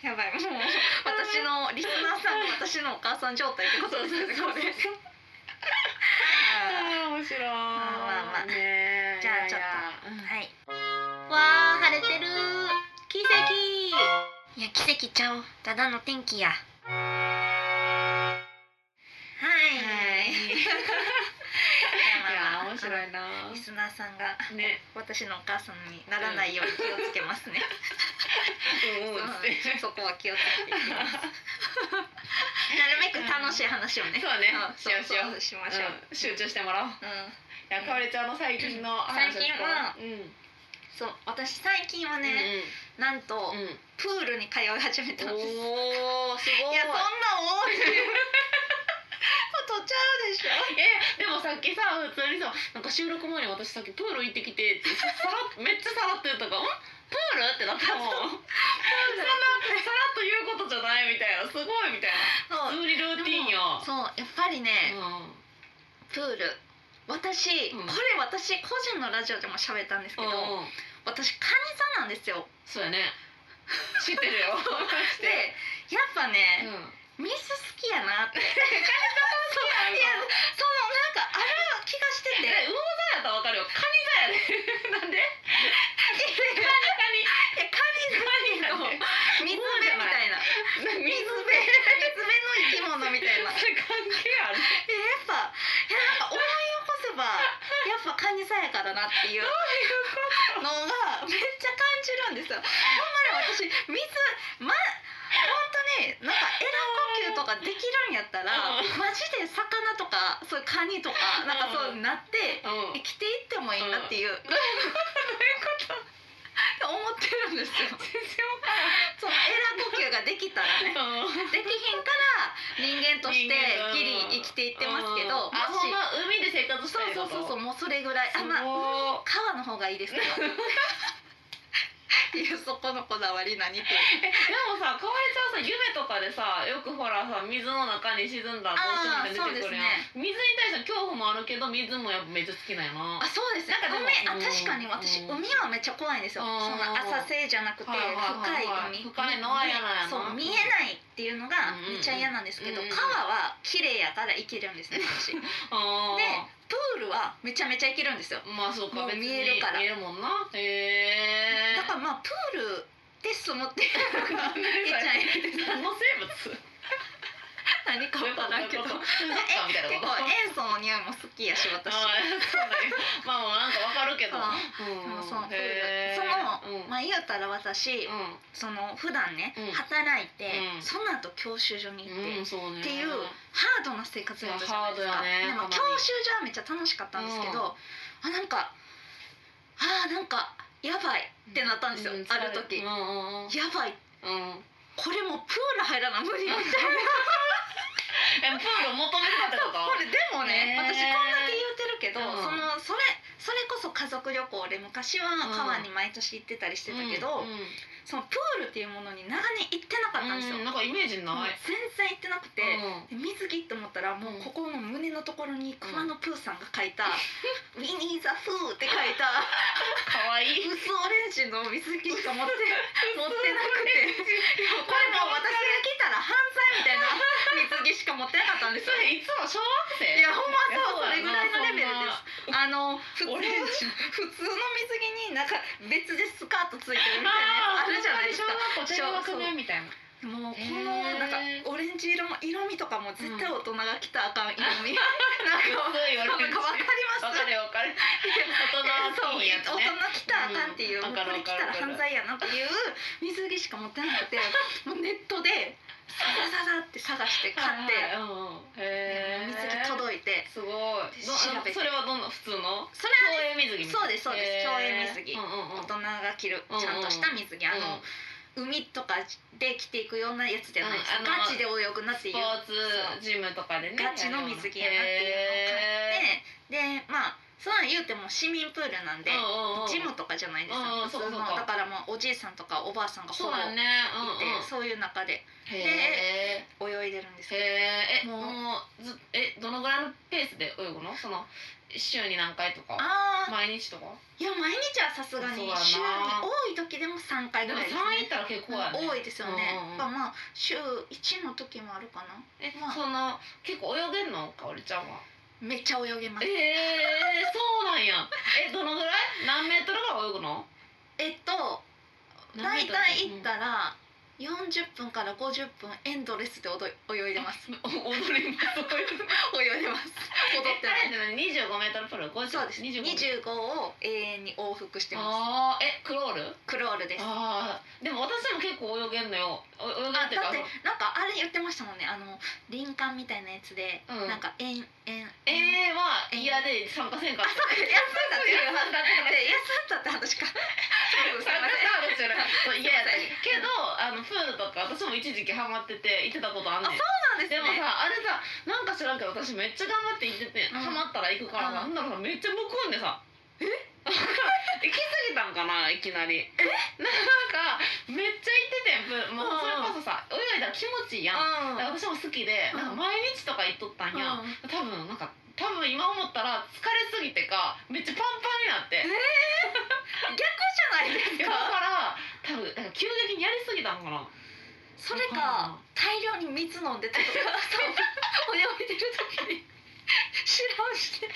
Speaker 2: やばいもう私のリスナーさんが私のお母さん状態ってことですよねこれは
Speaker 1: あー面白い
Speaker 2: まあまあ
Speaker 1: ねえ
Speaker 2: じゃあちょっと
Speaker 1: いやいや
Speaker 2: いわあ晴れてる奇跡いや奇跡ちゃうただの天気やはい
Speaker 1: はいいや
Speaker 2: まあまあ
Speaker 1: 面白いな
Speaker 2: リスナーさんが
Speaker 1: ね
Speaker 2: 私のお母さんにならないように気をつけます
Speaker 1: [LAUGHS]
Speaker 2: ね、
Speaker 1: うんうんっつって
Speaker 2: そこは気をつけていき
Speaker 1: [LAUGHS]
Speaker 2: ますなるべく楽しい話をね、
Speaker 1: そうね
Speaker 2: ん
Speaker 1: しようしよう
Speaker 2: そしましょう、
Speaker 1: うん集中してもらおう
Speaker 2: うん
Speaker 1: いやかおりちゃんの最近の話を聞こううん
Speaker 2: そう私最近はね、
Speaker 1: ね
Speaker 2: なんと、
Speaker 1: うんうん
Speaker 2: プールに通い始めたんですい
Speaker 1: おーすごい
Speaker 2: やそんな多い [LAUGHS] ことちゃうでしょ
Speaker 1: えでもさっきさ普通にさなんか収録前に私さっきプール行ってきてってささらっめっちゃさらっと言ったから「んプール?」ってなったもんそんなさらっと言うことじゃないみたいなすごいみたいな
Speaker 2: そう
Speaker 1: 普通にルーティンよ
Speaker 2: そうやっぱりね、プール私、
Speaker 1: うん
Speaker 2: これ私個人のラジオでも喋ったんですけ
Speaker 1: うん
Speaker 2: ど、
Speaker 1: うんうん
Speaker 2: 私カニ座なんですよ
Speaker 1: そうやね知って [LAUGHS] るよ知っ
Speaker 2: で
Speaker 1: て
Speaker 2: やっぱ
Speaker 1: るう
Speaker 2: ね、
Speaker 1: ん
Speaker 2: ミス好きやなって [LAUGHS] そういやそのなんかある気がしてて
Speaker 1: え魚座やったらわかるよカニ座やでなんで
Speaker 2: いやカニ座の
Speaker 1: カニカニなんで
Speaker 2: 水辺みたいな水辺
Speaker 1: 水
Speaker 2: 水
Speaker 1: 辺
Speaker 2: 辺の生き物みたいな
Speaker 1: 関係ある
Speaker 2: えやっぱいやなんか思い起こせ
Speaker 1: [LAUGHS]
Speaker 2: ばやっぱカニさやからなっていうのがめっちゃ感じるんですよほんまに私水ま本当になんかエラ呼吸とかできるんやったら
Speaker 1: うん
Speaker 2: マジで魚とかそういうカニとかなんかそうなって
Speaker 1: うん
Speaker 2: 生きていってもいいなっていう、
Speaker 1: どういうこと
Speaker 2: 思ってるんですよ
Speaker 1: 全然わか
Speaker 2: そのエラ呼吸ができたらね
Speaker 1: らんうん
Speaker 2: できひんから人間としてギリ生きていってますけど
Speaker 1: うんあ
Speaker 2: も
Speaker 1: ほ
Speaker 2: し
Speaker 1: んま海で生活し
Speaker 2: そ
Speaker 1: たいう
Speaker 2: そうそうそう
Speaker 1: う
Speaker 2: もうそれぐらいあまあ
Speaker 1: あ
Speaker 2: 川の方がいいです [LAUGHS] けどいやそこのこだわり何って
Speaker 1: えでもさかわいちゃんさ夢とかでさよくほらさ水の中に沈んだどうしようみたいな出てくるやん、水に対しての恐怖もあるけど水もやっぱめっちゃ好きなんやな
Speaker 2: あそうですね
Speaker 1: なんかでも
Speaker 2: 海あ
Speaker 1: うん
Speaker 2: 確かに私
Speaker 1: うん
Speaker 2: 海はめっちゃ怖いんですよそ
Speaker 1: うん
Speaker 2: の浅瀬じゃなくて深
Speaker 1: はいはいはいはい
Speaker 2: い海
Speaker 1: 深いのは嫌なんやな
Speaker 2: そう見えないっていうのが
Speaker 1: うんうんうん
Speaker 2: めっちゃ嫌なんですけど
Speaker 1: うんうんうん
Speaker 2: 川は綺麗やから行けるんですね私 [LAUGHS] で
Speaker 1: あ
Speaker 2: プールはめちゃめちゃ行けるんですよ
Speaker 1: ーまあそうか
Speaker 2: もう
Speaker 1: 別に
Speaker 2: 見えるから
Speaker 1: 見えるもんなへえ
Speaker 2: だからまあプールで住むっていうのがいいんじゃないですか
Speaker 1: 何の生物
Speaker 2: 何か分からんけど
Speaker 1: どういうことどういうこと
Speaker 2: え
Speaker 1: みたいな
Speaker 2: 結
Speaker 1: こと
Speaker 2: 構塩素の匂いも好きやし
Speaker 1: あー
Speaker 2: 私
Speaker 1: そうなんやまあまあなんかわかるけど
Speaker 2: そう
Speaker 1: うん
Speaker 2: もうそのプー
Speaker 1: へ
Speaker 2: ル
Speaker 1: ー
Speaker 2: その、
Speaker 1: うん
Speaker 2: まあ言うたら私、その普段ね、
Speaker 1: うん
Speaker 2: 働いて、
Speaker 1: うん
Speaker 2: その後教習所に行っ
Speaker 1: うん
Speaker 2: て、
Speaker 1: うんそうね
Speaker 2: っていうハードな生活やったじゃないです
Speaker 1: いやハ
Speaker 2: か、でも
Speaker 1: ードやねかなり
Speaker 2: 教習所はめっちゃ楽しかったんですけど、あなんかあーなんかやばいってなったんですよ、
Speaker 1: う
Speaker 2: ある時、
Speaker 1: うんうんうんうん
Speaker 2: やばいこれもうプール入らな無理みたいな
Speaker 1: えプールを求めてたってこと
Speaker 2: これでもね、
Speaker 1: ね
Speaker 2: 私こんだけ言うてるけど、
Speaker 1: うん
Speaker 2: そのそれそれこそ考家族旅行で昔は川に毎年行ってたりしてたけど、
Speaker 1: うん
Speaker 2: そのプールっていうものに長年行ってなかったんですよ、
Speaker 1: うんなんかイメージ
Speaker 2: もう
Speaker 1: ない、
Speaker 2: 全然行ってなくて、
Speaker 1: う
Speaker 2: で水着と思ったらもうここの胸のところに熊野プーさんが書いた「ウィニー・ザ・フー」って書いた
Speaker 1: ん、かわいい
Speaker 2: 薄オレンジの水着しか持って持ってなくてこれもう私が来たら犯罪みたいな水着しか持ってなかったんです
Speaker 1: そ
Speaker 2: よ
Speaker 1: れいつも小学生
Speaker 2: いやほんまそうそれぐらいのレベルですあの普通
Speaker 1: オレンジ
Speaker 2: 普通の水着になんか別でスカートついてるみたいなやつあるじゃないですか
Speaker 1: 小学校低学年みたいな
Speaker 2: もうこの
Speaker 1: へー
Speaker 2: なんかオレンジ色も色味とかも絶対大人が着たらあかん色
Speaker 1: [LAUGHS]
Speaker 2: 味、なん
Speaker 1: す
Speaker 2: か
Speaker 1: ごい
Speaker 2: なん
Speaker 1: オレンジ
Speaker 2: かわかり
Speaker 1: わ
Speaker 2: ます
Speaker 1: かるわかる大人
Speaker 2: そう
Speaker 1: のいいやつ
Speaker 2: 大
Speaker 1: ね
Speaker 2: 人来たらあかんっていう、
Speaker 1: うん
Speaker 2: もうこれ来たら犯罪やなっていう水着しか持ってなくてもうネットでサラサラって探して買って、
Speaker 1: はいはいうんうんへえ
Speaker 2: 水着届い
Speaker 1: い
Speaker 2: て
Speaker 1: すごいど
Speaker 2: 調べて
Speaker 1: それはどんな普通の
Speaker 2: そ
Speaker 1: 競
Speaker 2: れはね
Speaker 1: 泳水着み
Speaker 2: そ
Speaker 1: たいな
Speaker 2: うですそうです競泳水着
Speaker 1: へーうんうんうん
Speaker 2: 大人が着る
Speaker 1: うんうん
Speaker 2: ちゃんとした水着、あの、海とかで着ていくようなやつじゃないです、
Speaker 1: うんあの
Speaker 2: ガチで泳ぐなってい
Speaker 1: ス
Speaker 2: う
Speaker 1: ポーツジムとかでね
Speaker 2: ガチの水着やなっていうのを買ってでまあそんなん言うても市民プールなんで、
Speaker 1: の
Speaker 2: ジムとかじゃないです
Speaker 1: うんう
Speaker 2: か普通の
Speaker 1: んそうかそうか
Speaker 2: だからまあおじいさんとかおばあさんがほ
Speaker 1: そう
Speaker 2: ぼいて
Speaker 1: だね
Speaker 2: そういう中で
Speaker 1: うんうんへ
Speaker 2: 泳いでるんです
Speaker 1: え
Speaker 2: けど
Speaker 1: へえ
Speaker 2: もう
Speaker 1: もうずえどのぐらいのペースで泳ぐのその週に何回とか
Speaker 2: ああ
Speaker 1: 毎日とか
Speaker 2: いや毎日はさすが
Speaker 1: そう
Speaker 2: に
Speaker 1: やな
Speaker 2: 週に多い時でも3回
Speaker 1: で
Speaker 2: ぐ
Speaker 1: も
Speaker 2: らいですね
Speaker 1: 3行ったら結構やね
Speaker 2: 多いですよね、
Speaker 1: うんうんうん
Speaker 2: まあまあ週1の時もあるかな
Speaker 1: え、
Speaker 2: まあ
Speaker 1: その結構泳げんのかおりちゃんは
Speaker 2: めっちゃ泳げます
Speaker 1: ええそうなんやえどのぐらい何メートルぐらい泳ぐの
Speaker 2: えっと大体行ったら40分から50分エンドレスで踊い泳いでます
Speaker 1: す踊ります
Speaker 2: [LAUGHS] 泳いでます踊ってない
Speaker 1: えあれ二十五メートルプール50
Speaker 2: そうです
Speaker 1: 25
Speaker 2: 25を永遠に往復してます
Speaker 1: ああえクロール
Speaker 2: クロールですあ
Speaker 1: ああでも私も結構泳げんのよお泳げ
Speaker 2: だ
Speaker 1: ん
Speaker 2: っ
Speaker 1: って
Speaker 2: て
Speaker 1: いうか
Speaker 2: なんかあれ言ってましたもんねあの林間みたいなやつで、
Speaker 1: うん
Speaker 2: なんかえんえん
Speaker 1: ええは嫌で参加せんかっ
Speaker 2: あ
Speaker 1: た
Speaker 2: [LAUGHS] そうか休んだっていう話
Speaker 1: だ
Speaker 2: で休んだって話か [LAUGHS] そうすい
Speaker 1: [LAUGHS] 参
Speaker 2: ま
Speaker 1: 加
Speaker 2: せん
Speaker 1: したんですよねそう嫌やったけどあのプールとか私も一時期ハマってて行ってたことあんねん
Speaker 2: そうなんです
Speaker 1: でも
Speaker 2: ね
Speaker 1: さあれさなんか知らんけど私めっちゃ頑張って行ってて、
Speaker 2: うん
Speaker 1: ハマったら行くからさ、
Speaker 2: うん
Speaker 1: なんだかさめっちゃむくんでさえ行き過ぎたんかないきなりえなんかめっちゃ行っててんぷもうそれこそさ泳いだら気持ちいいやん、
Speaker 2: うん
Speaker 1: だから私も好きで
Speaker 2: うん
Speaker 1: なんか毎日とか行っとったんや、
Speaker 2: うん
Speaker 1: 多分なんか多分今思ったら疲れすぎてかめっちゃパンパンになって
Speaker 2: え逆じゃないです
Speaker 1: いやだ
Speaker 2: か
Speaker 1: から多分なんか急激にやりすぎたん
Speaker 2: [LAUGHS]
Speaker 1: かな
Speaker 2: それか大量に水飲んでたとかそう泳いでる時に知らんしてめっ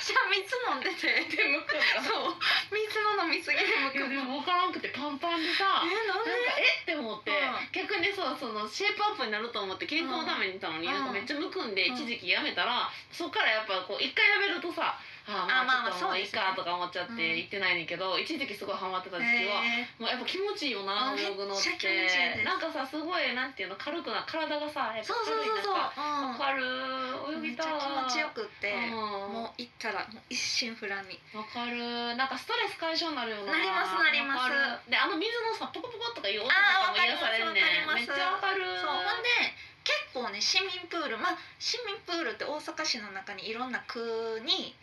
Speaker 2: ちゃ水飲んでて
Speaker 1: でむくんだ
Speaker 2: そう水も飲みすぎてむ
Speaker 1: い
Speaker 2: く
Speaker 1: やで
Speaker 2: む
Speaker 1: も分からんくてパンパンでさ
Speaker 2: えなん
Speaker 1: なんか
Speaker 2: で
Speaker 1: えって思って、
Speaker 2: うん
Speaker 1: 逆にそうそのシェイプアップになると思って健康のためにいたのに、
Speaker 2: うん
Speaker 1: なんかめっちゃむくんで
Speaker 2: うん
Speaker 1: 一時期やめたら、そっからやっぱこう一回やめるとさあ
Speaker 2: あ
Speaker 1: あま
Speaker 2: まあま
Speaker 1: あ
Speaker 2: あ
Speaker 1: ちょっと
Speaker 2: そ
Speaker 1: も
Speaker 2: う
Speaker 1: うい
Speaker 2: で
Speaker 1: い
Speaker 2: すね
Speaker 1: かとか思っちゃって
Speaker 2: うん
Speaker 1: 行ってないねんけど、一時期すごいハマってた時期は、
Speaker 2: え
Speaker 1: もうやっぱ気持ちいいよな
Speaker 2: あ
Speaker 1: 泳ぐのって
Speaker 2: めっちゃ気持ちいいです
Speaker 1: なんかさすごいなんていうの軽くな体がさやっ
Speaker 2: ー
Speaker 1: ぱ
Speaker 2: そうそうそうそう、う
Speaker 1: 軽いなんか分かる
Speaker 2: ん、
Speaker 1: 泳
Speaker 2: めっ
Speaker 1: ぎ
Speaker 2: ち
Speaker 1: たい
Speaker 2: ゃ気持ちよくって、
Speaker 1: うん
Speaker 2: もう行ったらもう一心不乱に
Speaker 1: わかるなんかストレス解消になるよな
Speaker 2: なりますなります
Speaker 1: わかるであの水のさポコポコとかいう音とかも癒されんねん
Speaker 2: あーわか
Speaker 1: め
Speaker 2: りますわかります
Speaker 1: っちゃわかる
Speaker 2: そうほんで結構ね市民プールまあ市民プールって大阪市の中にいろんな区に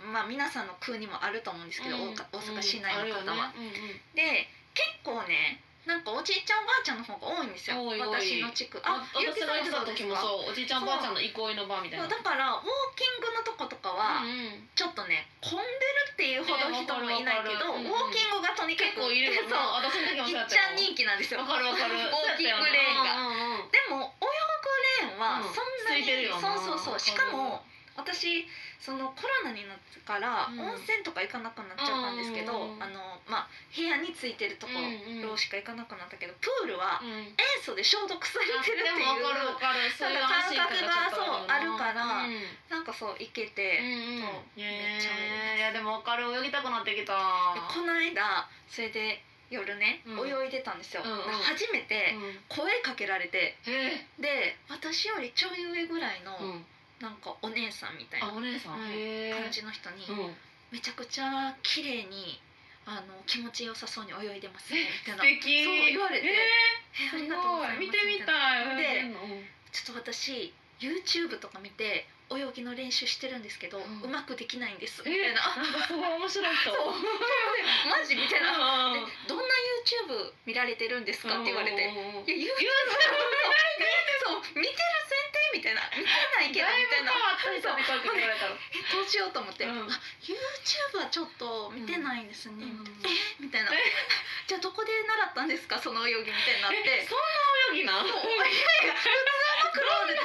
Speaker 2: まあ皆さんの区にもあると思うんですけど、
Speaker 1: う
Speaker 2: 大
Speaker 1: ん
Speaker 2: か大阪市内の方は。
Speaker 1: あるよねうんうん
Speaker 2: で結構ねなんかおじいちゃんおばあちゃんの方が多いんですよ
Speaker 1: 多い多い
Speaker 2: 私の地区
Speaker 1: あ
Speaker 2: ゆう
Speaker 1: 私
Speaker 2: き
Speaker 1: が行ってた
Speaker 2: そうです
Speaker 1: 時
Speaker 2: か
Speaker 1: もそうおじいちゃん
Speaker 2: そ
Speaker 1: お
Speaker 2: う
Speaker 1: ばあちゃんの憩いの場みたい
Speaker 2: そ
Speaker 1: な
Speaker 2: うだからウォーキングのとことかは、
Speaker 1: うんうん
Speaker 2: ちょっとね混んでるっていうほど人もいないけど、
Speaker 1: ね
Speaker 2: ウ
Speaker 1: わ
Speaker 2: ォ
Speaker 1: かるわかる
Speaker 2: ーキングがとにか
Speaker 1: 結
Speaker 2: く
Speaker 1: 構いるよ
Speaker 2: そう
Speaker 1: な私の時も
Speaker 2: い
Speaker 1: そうや
Speaker 2: っ
Speaker 1: っ
Speaker 2: ち
Speaker 1: た
Speaker 2: ゃん
Speaker 1: よ
Speaker 2: 人気なんですよ
Speaker 1: わかるわかる
Speaker 2: [LAUGHS] 大きいクレーンが
Speaker 1: が
Speaker 2: でも泳ぐレーンはそんなに、
Speaker 1: 空いてるよな
Speaker 2: そうそうそうしかも私そのコロナになってから
Speaker 1: う
Speaker 2: 温
Speaker 1: ん
Speaker 2: 泉とか行かなくなっちゃったんですけど、
Speaker 1: うんうんうん
Speaker 2: あのまあ部屋についてるところしか行かなくなったけど、プールは
Speaker 1: うん
Speaker 2: 塩素で消毒され
Speaker 1: あ
Speaker 2: てるって
Speaker 1: で
Speaker 2: いう
Speaker 1: もわかるわかるそういう安心感がちょっと
Speaker 2: なんか感覚がそうあるから
Speaker 1: うん
Speaker 2: なんかそう行けて、
Speaker 1: うんう
Speaker 2: そう
Speaker 1: ん
Speaker 2: めっちゃ泳いでます
Speaker 1: いやでも分かる泳ぎたくなってきた
Speaker 2: でこの間それで夜ね、
Speaker 1: うん
Speaker 2: 泳いでたんですよ、
Speaker 1: うんうん
Speaker 2: 初めて
Speaker 1: うん
Speaker 2: 声かけられて
Speaker 1: へ
Speaker 2: で私よりちょい上ぐらいの
Speaker 1: ー、うん
Speaker 2: なんかお姉さんみたい
Speaker 1: あ
Speaker 2: な
Speaker 1: お姉さ
Speaker 2: う
Speaker 1: ん、
Speaker 2: ん
Speaker 1: へー
Speaker 2: 感じの人に、
Speaker 1: うん
Speaker 2: めちゃくちゃ綺麗にあの気持ちよさそうに泳いでますねみたいな
Speaker 1: 素敵
Speaker 2: そう言われてえ
Speaker 1: えー
Speaker 2: あり
Speaker 1: す
Speaker 2: がとうご
Speaker 1: ご
Speaker 2: ざいます
Speaker 1: い見てみたい
Speaker 2: で
Speaker 1: 泳いでんのうん
Speaker 2: ちょっと私 YouTube とか見て泳ぎの練習してるんですけど、
Speaker 1: うん
Speaker 2: うまくできないんですみたい
Speaker 1: え [LAUGHS]
Speaker 2: な、
Speaker 1: なんかすごい面白い
Speaker 2: そ
Speaker 1: 人
Speaker 2: うマ [LAUGHS] ジみたいな
Speaker 1: な
Speaker 2: でどんな YouTube 見られてるんですかって言われて。いや YouTube そう見てる前提みたいな見てないけど
Speaker 1: だい
Speaker 2: みたい
Speaker 1: ぶ変
Speaker 2: な
Speaker 1: わった人
Speaker 2: [LAUGHS]
Speaker 1: に声かけられたら
Speaker 2: えどうしようと思って、
Speaker 1: うん
Speaker 2: あ YouTube はちょっと見てないんですね、
Speaker 1: うん
Speaker 2: えみたいな
Speaker 1: え
Speaker 2: じゃあどこで習ったんですかその泳ぎみたいになって
Speaker 1: そんな泳ぎ [LAUGHS] な
Speaker 2: もういやいや普通のクロールです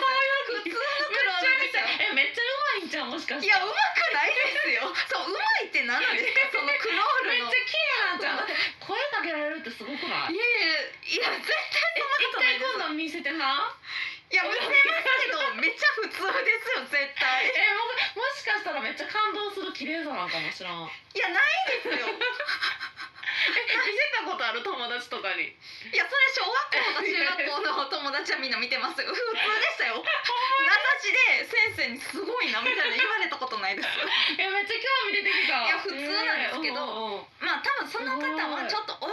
Speaker 1: めっ
Speaker 2: 普通
Speaker 1: ち
Speaker 2: の
Speaker 1: ゃ
Speaker 2: クロールですよ
Speaker 1: えめっちゃうまいんじゃんもしかして
Speaker 2: いやうまくないですよそううまいって何なんですかそのクロー
Speaker 1: めっ
Speaker 2: ルの
Speaker 1: ちゃ綺麗なんじゃんだって声かけられるってすごくない
Speaker 2: いやいやいや絶対そんなこ
Speaker 1: 一
Speaker 2: とない
Speaker 1: 回
Speaker 2: です
Speaker 1: 今度見せてない
Speaker 2: や見せますけどめっちゃ普通ですよ絶
Speaker 1: え
Speaker 2: 対
Speaker 1: ももしかしたらめっちゃ感動する綺麗さなんかもしらん
Speaker 2: いやないですよ
Speaker 1: え見せたことある友達とか
Speaker 2: い
Speaker 1: に
Speaker 2: やそれ小学校と中学校のお友達はみんな見てますよ普通でしたよ名指しで先生にすごいなみたいな言われたことないです
Speaker 1: えめっちゃ興味出てきた
Speaker 2: いや普通なんですけど
Speaker 1: えーうんうん
Speaker 2: まあ多分その方はちょっと泳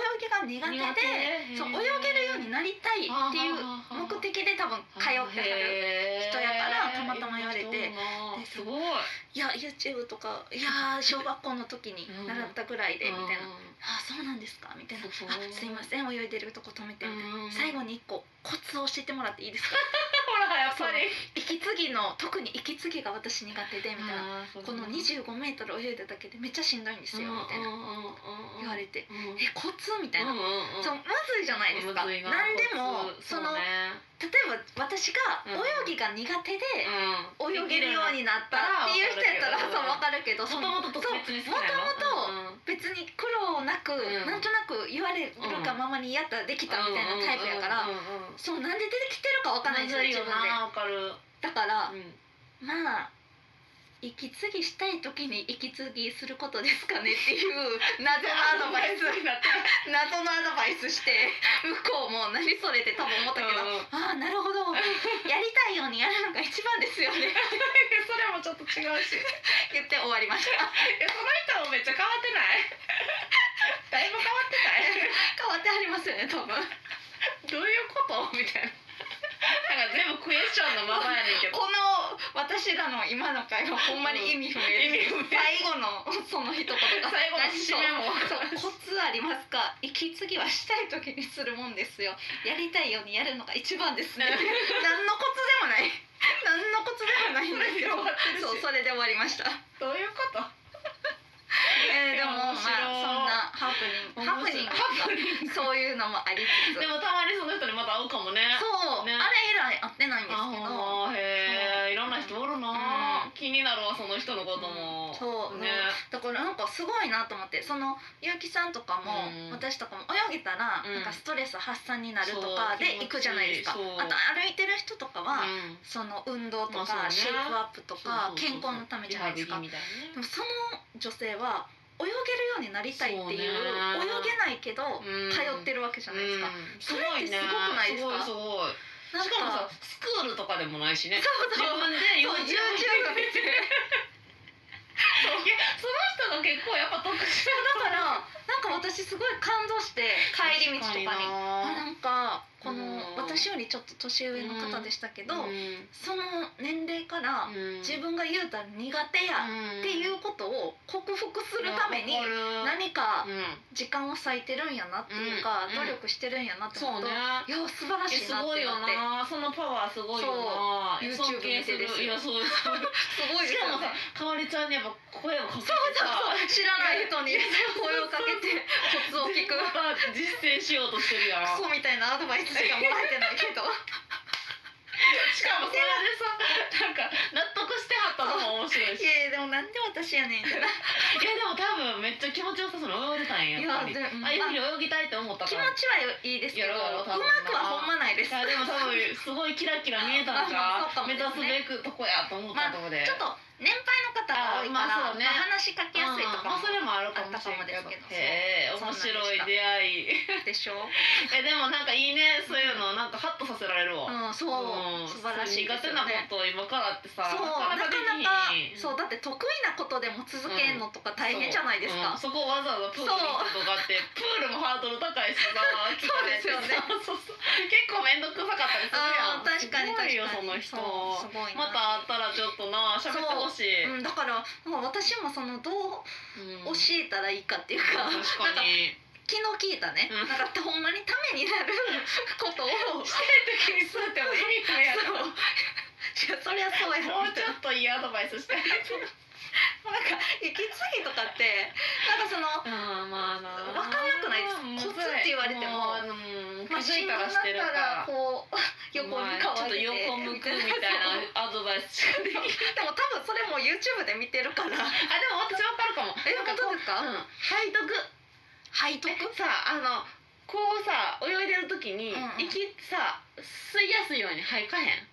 Speaker 2: ぎが苦手
Speaker 1: 苦手
Speaker 2: で
Speaker 1: へ
Speaker 2: そう泳げるよ
Speaker 1: ー
Speaker 2: うになりたいっていう目的で多分通ってはる
Speaker 1: る
Speaker 2: 人やからたまたま言われて
Speaker 1: すごい
Speaker 2: いや YouTube とかいやー小学校の時に習ったぐらいでみたいな
Speaker 1: うん
Speaker 2: あそうなんですかみたいな
Speaker 1: そう
Speaker 2: あすいません泳いでるとこ止めてみたいな
Speaker 1: うん
Speaker 2: 最後に一個コツを教えてもらっていい
Speaker 1: [LAUGHS]
Speaker 2: ですか
Speaker 1: ほらやっぱり
Speaker 2: 息継ぎの特に息継ぎが私苦手でみたいなこの
Speaker 1: で
Speaker 2: 25メートル泳いだだけでめっちゃしんどいんですよみたいな言われて
Speaker 1: うんうんうん
Speaker 2: えコツみたいな
Speaker 1: うん
Speaker 2: そうまずいじゃないですか
Speaker 1: むず
Speaker 2: 何
Speaker 1: い
Speaker 2: で
Speaker 1: な
Speaker 2: も
Speaker 1: 普通
Speaker 2: その
Speaker 1: うね
Speaker 2: 例えば私が泳ぎが苦手で
Speaker 1: うん
Speaker 2: 泳げるようになったっていう人やったら
Speaker 1: うん
Speaker 2: そう分かるけど
Speaker 1: も
Speaker 2: そ
Speaker 1: と
Speaker 2: の
Speaker 1: もと特別に好き
Speaker 2: そう
Speaker 1: なの
Speaker 2: 元別に苦労なく
Speaker 1: ん
Speaker 2: なんとなく言われるがままにやったらできたみたいなタイプやからそうなんで出てきてるか分かんないんですよ自分で
Speaker 1: 分かる
Speaker 2: だから
Speaker 1: うん
Speaker 2: まあ息継ぎしたい時に息継ぎすることですかねっていう謎のアドバイス謎のアドバイスして向こうも何それって多分思ったけど
Speaker 1: うんうん
Speaker 2: ああなるほどやりたいようにやるのが一番ですよね
Speaker 1: [LAUGHS] それもちょっと違うし
Speaker 2: 言って終わりました
Speaker 1: えその人もめっちゃ変わってない [LAUGHS] だいぶ変わってない
Speaker 2: 変わってありますよね多分
Speaker 1: どういうことみたいななんか全部クエスチョンのままやねんけど
Speaker 2: この私らの今の会話ほんまに意味不明で
Speaker 1: 意味不明
Speaker 2: す最後のその一言が
Speaker 1: 最後の締めも分からん
Speaker 2: [LAUGHS]
Speaker 1: し
Speaker 2: コツありますか息継ぎはしたい時にするもんですよやりたいようにやるのが一番ですね [LAUGHS] 何のコツでも [LAUGHS] ない何のコツでもないんですよ
Speaker 1: そ
Speaker 2: そううそれで終わりました
Speaker 1: どういうこと
Speaker 2: えー、でもまあ
Speaker 1: 面白い
Speaker 2: そんなハプニングハプニング
Speaker 1: ハプニン
Speaker 2: [LAUGHS]
Speaker 1: グ
Speaker 2: そういうのもありつつ
Speaker 1: でもたまにその人にまた会うかもね
Speaker 2: そう、
Speaker 1: ね
Speaker 2: あれ以来会ってないんですけど
Speaker 1: あーへえいろんな人おるな、
Speaker 2: うん
Speaker 1: 気になるわその人のことも、
Speaker 2: そう、
Speaker 1: ね
Speaker 2: だからなんかすごいなと思ってその結城さんとかも、
Speaker 1: うん
Speaker 2: 私とかも泳げたら
Speaker 1: うん
Speaker 2: なんかストレス発散になるとか
Speaker 1: そう
Speaker 2: で行くじゃないですかあ
Speaker 1: 気持ちいいそう
Speaker 2: と歩いてる人とかは、
Speaker 1: うん
Speaker 2: その運動と
Speaker 1: まあそう
Speaker 2: か、
Speaker 1: ね
Speaker 2: シェイプアップとか
Speaker 1: そうそうそう
Speaker 2: 健康のためじゃないですか
Speaker 1: リハビリみたい
Speaker 2: でもその女性は泳げるようになりたいっていう
Speaker 1: そうね
Speaker 2: 泳げないけど
Speaker 1: うん
Speaker 2: 通ってるわけじゃないです
Speaker 1: な
Speaker 2: か、
Speaker 1: ねうん
Speaker 2: それってすごくないですか
Speaker 1: すごいすごい
Speaker 2: なん
Speaker 1: しかもさスクールとかでもないしね
Speaker 2: そう
Speaker 1: 自
Speaker 2: そう
Speaker 1: 分で
Speaker 2: そう
Speaker 1: YouTube
Speaker 2: の見て
Speaker 1: いやその人が結構やっぱ特殊
Speaker 2: [LAUGHS] だからなんか私すごい感動して帰り道とかにあ
Speaker 1: 確か
Speaker 2: なんかこの、
Speaker 1: うん
Speaker 2: 私よりちょっと年上の方でしたけど、
Speaker 1: に
Speaker 2: その年齢から
Speaker 1: なうん
Speaker 2: 自分が言うたら苦手やっていうことを克服するために
Speaker 1: うんわかる
Speaker 2: 何か
Speaker 1: うん
Speaker 2: 時間を割いてるんやなっていうか
Speaker 1: うん
Speaker 2: 努力してるんやなって
Speaker 1: そ
Speaker 2: こ
Speaker 1: う
Speaker 2: と
Speaker 1: ね
Speaker 2: いや素晴ら
Speaker 1: え
Speaker 2: しい
Speaker 1: す
Speaker 2: なっ
Speaker 1: ごい
Speaker 2: て
Speaker 1: よ
Speaker 2: 思って
Speaker 1: なそのパワーすごいよな
Speaker 2: そう YouTube
Speaker 1: 尊敬す
Speaker 2: 見て
Speaker 1: る
Speaker 2: ですよ
Speaker 1: いやそうそう
Speaker 2: すごいで
Speaker 1: し
Speaker 2: す
Speaker 1: か
Speaker 2: よ
Speaker 1: もさ
Speaker 2: ね
Speaker 1: かわりちゃんにやっぱ声をかけてさ
Speaker 2: そうそうそう知らない人に
Speaker 1: いや
Speaker 2: 声をかけてコツを聞く
Speaker 1: また実践しようとしてるや
Speaker 2: クソ
Speaker 1: ろ
Speaker 2: みたいなアドバイスしかもらえてない
Speaker 1: [LAUGHS]
Speaker 2: けど
Speaker 1: しかもそれでさなんか納得してはったのも面白いしい
Speaker 2: いやいやでもなんで私やねんみたいな
Speaker 1: やでも多分めっちゃ気持ちよさそうに泳いでたんややっぱり
Speaker 2: いやでも
Speaker 1: ああいうふうに泳ぎたいって思った
Speaker 2: 気
Speaker 1: か
Speaker 2: 持
Speaker 1: らい
Speaker 2: ちはいいですけど
Speaker 1: や
Speaker 2: う
Speaker 1: ろう多分
Speaker 2: まくはほんまないです
Speaker 1: やでも多分すごいキラキラ見えたんじゃ
Speaker 2: あまあそうかも
Speaker 1: 目
Speaker 2: で
Speaker 1: 指
Speaker 2: す
Speaker 1: す
Speaker 2: ね
Speaker 1: べくとこやと思ったとこで、
Speaker 2: ちょっと年配の方が多いか
Speaker 1: あまあ
Speaker 2: ら、
Speaker 1: そうね
Speaker 2: まあ話しかけやすいと
Speaker 1: うんまあ
Speaker 2: かも
Speaker 1: それもあるかもしれんけ
Speaker 2: あったかも
Speaker 1: ど
Speaker 2: ですけど
Speaker 1: へえ
Speaker 2: そう
Speaker 1: 面白い出会い
Speaker 2: でしょ、
Speaker 1: えでもなんかいいねそういうのなんかハッとさせられるわ、
Speaker 2: うん、そう、
Speaker 1: うん
Speaker 2: 素晴らしいですよ
Speaker 1: 苦手な
Speaker 2: ね
Speaker 1: ことを今からってさ
Speaker 2: そうなかなか
Speaker 1: できひん
Speaker 2: そうだって得意なことでも続けんのとか大変じゃないですか、
Speaker 1: そううんそこわざわざプール行くとかってプールもハードル高いしさ
Speaker 2: そうですよね
Speaker 1: 聞かれてさそうそう結構面倒くさかったりするや
Speaker 2: あ
Speaker 1: ん
Speaker 2: ー確かに確
Speaker 1: いよその人
Speaker 2: そうすごいな
Speaker 1: また会ったらちょっとな喋ってほしい、
Speaker 2: うん、だから、まあ、私もそのどう
Speaker 1: うん
Speaker 2: 教えたらいいかっていうか,、なんか
Speaker 1: 確かに
Speaker 2: 気の利いたね、
Speaker 1: うん
Speaker 2: なんかほんまにためになること
Speaker 1: [LAUGHS]
Speaker 2: を
Speaker 1: してる時に座っても意味ないや
Speaker 2: そ
Speaker 1: ろ
Speaker 2: ういやそりゃそうやろ
Speaker 1: もう
Speaker 2: み
Speaker 1: ち
Speaker 2: たい
Speaker 1: ょ
Speaker 2: な
Speaker 1: っといいアドバイスして
Speaker 2: なんか息継ぎとかってなんかその
Speaker 1: ああまあな
Speaker 2: わかんなくないですコツって言われても
Speaker 1: もう気
Speaker 2: まあ
Speaker 1: づいたらしてるか
Speaker 2: 死んだら
Speaker 1: ら
Speaker 2: こう横に変わ
Speaker 1: ちょっと横向くみたいなアドバイスしかできない
Speaker 2: でも多分それも YouTube で見てる [LAUGHS] から
Speaker 1: あでも私わかるかも
Speaker 2: え
Speaker 1: なんかこ
Speaker 2: 本当
Speaker 1: う
Speaker 2: ですか
Speaker 1: うん背徳
Speaker 2: 背徳
Speaker 1: えさあのこうさ泳いでる時に
Speaker 2: うんうん
Speaker 1: 息さ吸いやすいように吐かへん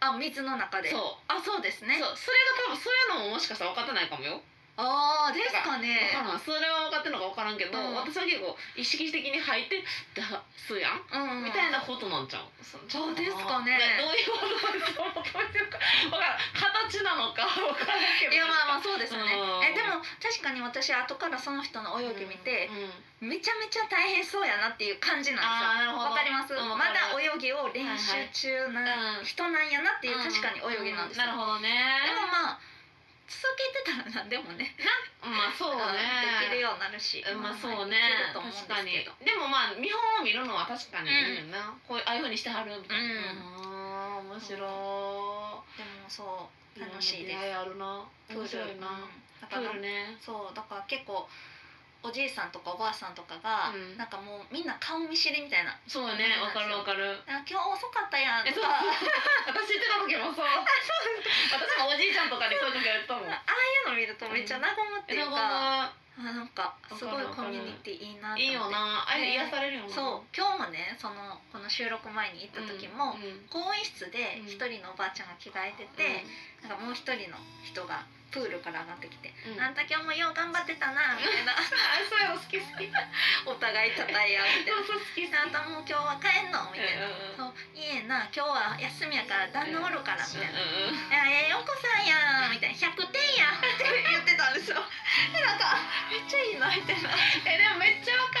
Speaker 2: あ水の中で
Speaker 1: そう
Speaker 2: あそうですね
Speaker 1: そうそれが多分そういうのももしかしたら分かってないかもよ
Speaker 2: ああですか
Speaker 1: 分
Speaker 2: ね
Speaker 1: からんそれは分かってるのか分からんけど、
Speaker 2: うん
Speaker 1: 私は結構意識的に吐いてだ吸うやん
Speaker 2: うん
Speaker 1: みたいなことなんちゃう。そう
Speaker 2: ですかね
Speaker 1: どういうアドバイスを求めてるか、わからん、形なのか、わからんけど。
Speaker 2: いやまあまあそうですね
Speaker 1: うん
Speaker 2: えでも確かに私後からその人の泳ぎ見て、
Speaker 1: うんうん
Speaker 2: めちゃめちゃ大変そうやなっていう感じなんですよ
Speaker 1: あーなるほど
Speaker 2: わかります、
Speaker 1: うんわ
Speaker 2: ま
Speaker 1: かる
Speaker 2: だ泳ぎを練習中
Speaker 1: はいはいう
Speaker 2: なん人なんやなっていう確かに泳ぎなんですよ、
Speaker 1: なる
Speaker 2: ど
Speaker 1: ほどね。
Speaker 2: でもまあ続けてたら何でもね
Speaker 1: まあそう
Speaker 2: うんできる
Speaker 1: ね。
Speaker 2: ようになるし、
Speaker 1: まあそうね
Speaker 2: いける。と思うん
Speaker 1: 確
Speaker 2: で
Speaker 1: か
Speaker 2: すけ
Speaker 1: に
Speaker 2: ど。
Speaker 1: でもまあ見本を見るのは確かにいいよな。こういうああいう風にしてはるみたいな。うん面白い。
Speaker 2: でもそう楽しいで
Speaker 1: ろんな出会あるな。
Speaker 2: す
Speaker 1: 面白いな。
Speaker 2: だ
Speaker 1: プ
Speaker 2: から
Speaker 1: ールね。
Speaker 2: そうだから結構おじいさんとかおばあさんとかが、
Speaker 1: うん
Speaker 2: なんかもうみんな顔見知りみたいな
Speaker 1: そうね。わかるわか
Speaker 2: [LAUGHS]
Speaker 1: る。
Speaker 2: あ今日遅かったやん
Speaker 1: え
Speaker 2: と
Speaker 1: そう
Speaker 2: か
Speaker 1: 私行ってた時もそう [LAUGHS] 私もおじいちゃんとかに声かけられてたも
Speaker 2: [LAUGHS]
Speaker 1: ん
Speaker 2: ああいうの見るとめっちゃ和むって
Speaker 1: え
Speaker 2: い
Speaker 1: なん
Speaker 2: う
Speaker 1: か
Speaker 2: か、
Speaker 1: まあ
Speaker 2: あなんかすごい
Speaker 1: わ
Speaker 2: コ
Speaker 1: かるわかる
Speaker 2: ミュニティいいなと思って
Speaker 1: いいよなあれ
Speaker 2: ね
Speaker 1: 癒されるよな
Speaker 2: そう今日もねそのこの収録前に行った時も、
Speaker 1: うんうん
Speaker 2: 更衣室で一人のおばあちゃんが着替えてて、なんかもう一人の人がプールから上がってきて
Speaker 1: うんうん
Speaker 2: あ
Speaker 1: あ
Speaker 2: んた今日もよう頑張ってたなみたいな
Speaker 1: そういうの好き好き
Speaker 2: お互いたたえ合うみたい
Speaker 1: [LAUGHS] そ
Speaker 2: な
Speaker 1: うそう好き
Speaker 2: あんたもう今日は帰んのみたいな
Speaker 1: うんうんうん
Speaker 2: そういいえな今日は休みやから旦那おるからみたいな。
Speaker 1: うんうん
Speaker 2: いやええお子さんやみたいな100点やって言ってたんですよでなんかめっちゃいいなみたいな
Speaker 1: えでもめっちゃわかる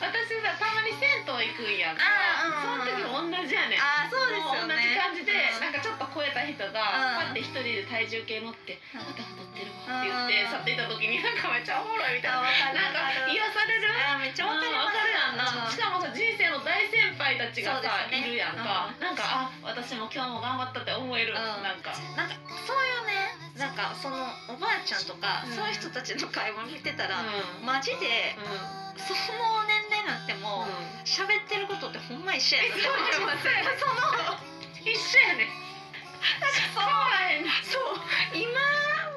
Speaker 1: 私さたまに銭湯行くんやんか
Speaker 2: あーうんうんうん
Speaker 1: その時も同じやねん
Speaker 2: あーそうですよ
Speaker 1: も同じ
Speaker 2: ね
Speaker 1: 感じで
Speaker 2: うん
Speaker 1: なんかちょっと超えた人が
Speaker 2: うん
Speaker 1: パッて一人で体重計乗って「
Speaker 2: うん
Speaker 1: また太ってるわ」って言って
Speaker 2: うん
Speaker 1: 去っていった時になんかめっちゃおもろいみたいな
Speaker 2: あわかる
Speaker 1: な
Speaker 2: わ
Speaker 1: ん
Speaker 2: か
Speaker 1: か
Speaker 2: る
Speaker 1: 癒される
Speaker 2: あーめっちゃわかります
Speaker 1: うんわかるやんなしかもさ人生の大先輩たちが
Speaker 2: そう
Speaker 1: さ、
Speaker 2: ですね
Speaker 1: いるやんか、
Speaker 2: うん
Speaker 1: なんかあ私も今日も頑張ったって思える、
Speaker 2: うん
Speaker 1: なんか
Speaker 2: なんかそういうねなんかそのおばあちゃんとか、
Speaker 1: うん
Speaker 2: そういう人たちの会話見てた
Speaker 1: うん
Speaker 2: ら、マジで
Speaker 1: うんうん
Speaker 2: その年齢になっても喋ってることってほんま一緒やなって思います
Speaker 1: [LAUGHS]
Speaker 2: その
Speaker 1: 一緒やねそうやね
Speaker 2: そう今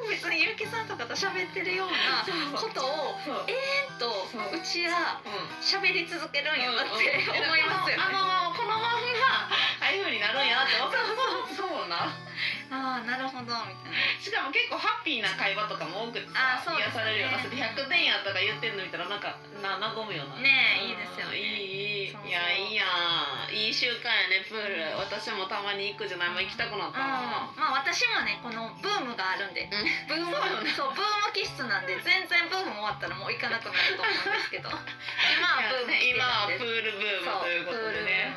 Speaker 2: 別にゆうきさんとかと喋ってるような
Speaker 1: そ
Speaker 2: こ
Speaker 1: う
Speaker 2: とを
Speaker 1: そううん
Speaker 2: えっとうちは喋り続けるんやなって思いますよね
Speaker 1: あのこのまんまああいう風になるんやなって分かるそうそうな
Speaker 2: ああなるほどみたいな
Speaker 1: しかも結構ハッピーな会話とかも多くてさ
Speaker 2: あそうですね
Speaker 1: 癒されるようなそれで100点やとか言ってんの見たらなんかな和むよな
Speaker 2: ねえいいですよね
Speaker 1: いいいい
Speaker 2: そうそう
Speaker 1: いやいいやんいい習慣やねプール私もたまに行くじゃないもう行きたくなった
Speaker 2: うんまあ私もねこのブームがあるんで、
Speaker 1: うん
Speaker 2: ブームそ
Speaker 1: そうよね
Speaker 2: うブーム気質なんで全然ブーム終わったらもう行かなくなると思うんですけど今はブーム来て
Speaker 1: 今は
Speaker 2: るん
Speaker 1: プ
Speaker 2: で
Speaker 1: ールブームということでね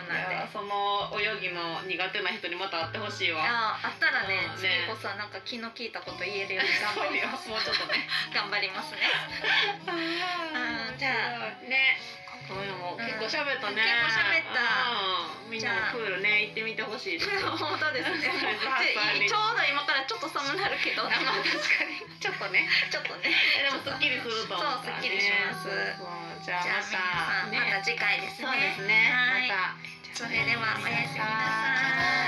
Speaker 2: そうプールブームなんで
Speaker 1: いやその泳ぎの苦手な人にまた会ってほしいわ
Speaker 2: あああったらね
Speaker 1: うん
Speaker 2: 次
Speaker 1: ね
Speaker 2: こそはなんか気の利いたこと言えるように頑
Speaker 1: そう
Speaker 2: 張り
Speaker 1: よ
Speaker 2: ま
Speaker 1: もう
Speaker 2: す
Speaker 1: ちょっ
Speaker 2: [LAUGHS]
Speaker 1: とね
Speaker 2: 頑張ります
Speaker 1: [LAUGHS]
Speaker 2: ね
Speaker 1: うん
Speaker 2: じゃ
Speaker 1: あね今夜も結構喋った
Speaker 2: う
Speaker 1: ね、
Speaker 2: ん結構喋った
Speaker 1: うんみんなもプールね行ってみてほ
Speaker 2: [LAUGHS]
Speaker 1: しいですよ
Speaker 2: 本当ですね。でちょうど今からちょっと寒なるけ
Speaker 1: [LAUGHS]
Speaker 2: ど、
Speaker 1: あまあ確かにちょっとね
Speaker 2: ちょっとね。
Speaker 1: でもすっきりすると思うからね
Speaker 2: そうすっきりします
Speaker 1: そうじゃ
Speaker 2: じゃあ
Speaker 1: あまた
Speaker 2: 皆さんまた次回です
Speaker 1: そうで
Speaker 2: ね。
Speaker 1: すね
Speaker 2: はい
Speaker 1: また
Speaker 2: それではおやすみなさい。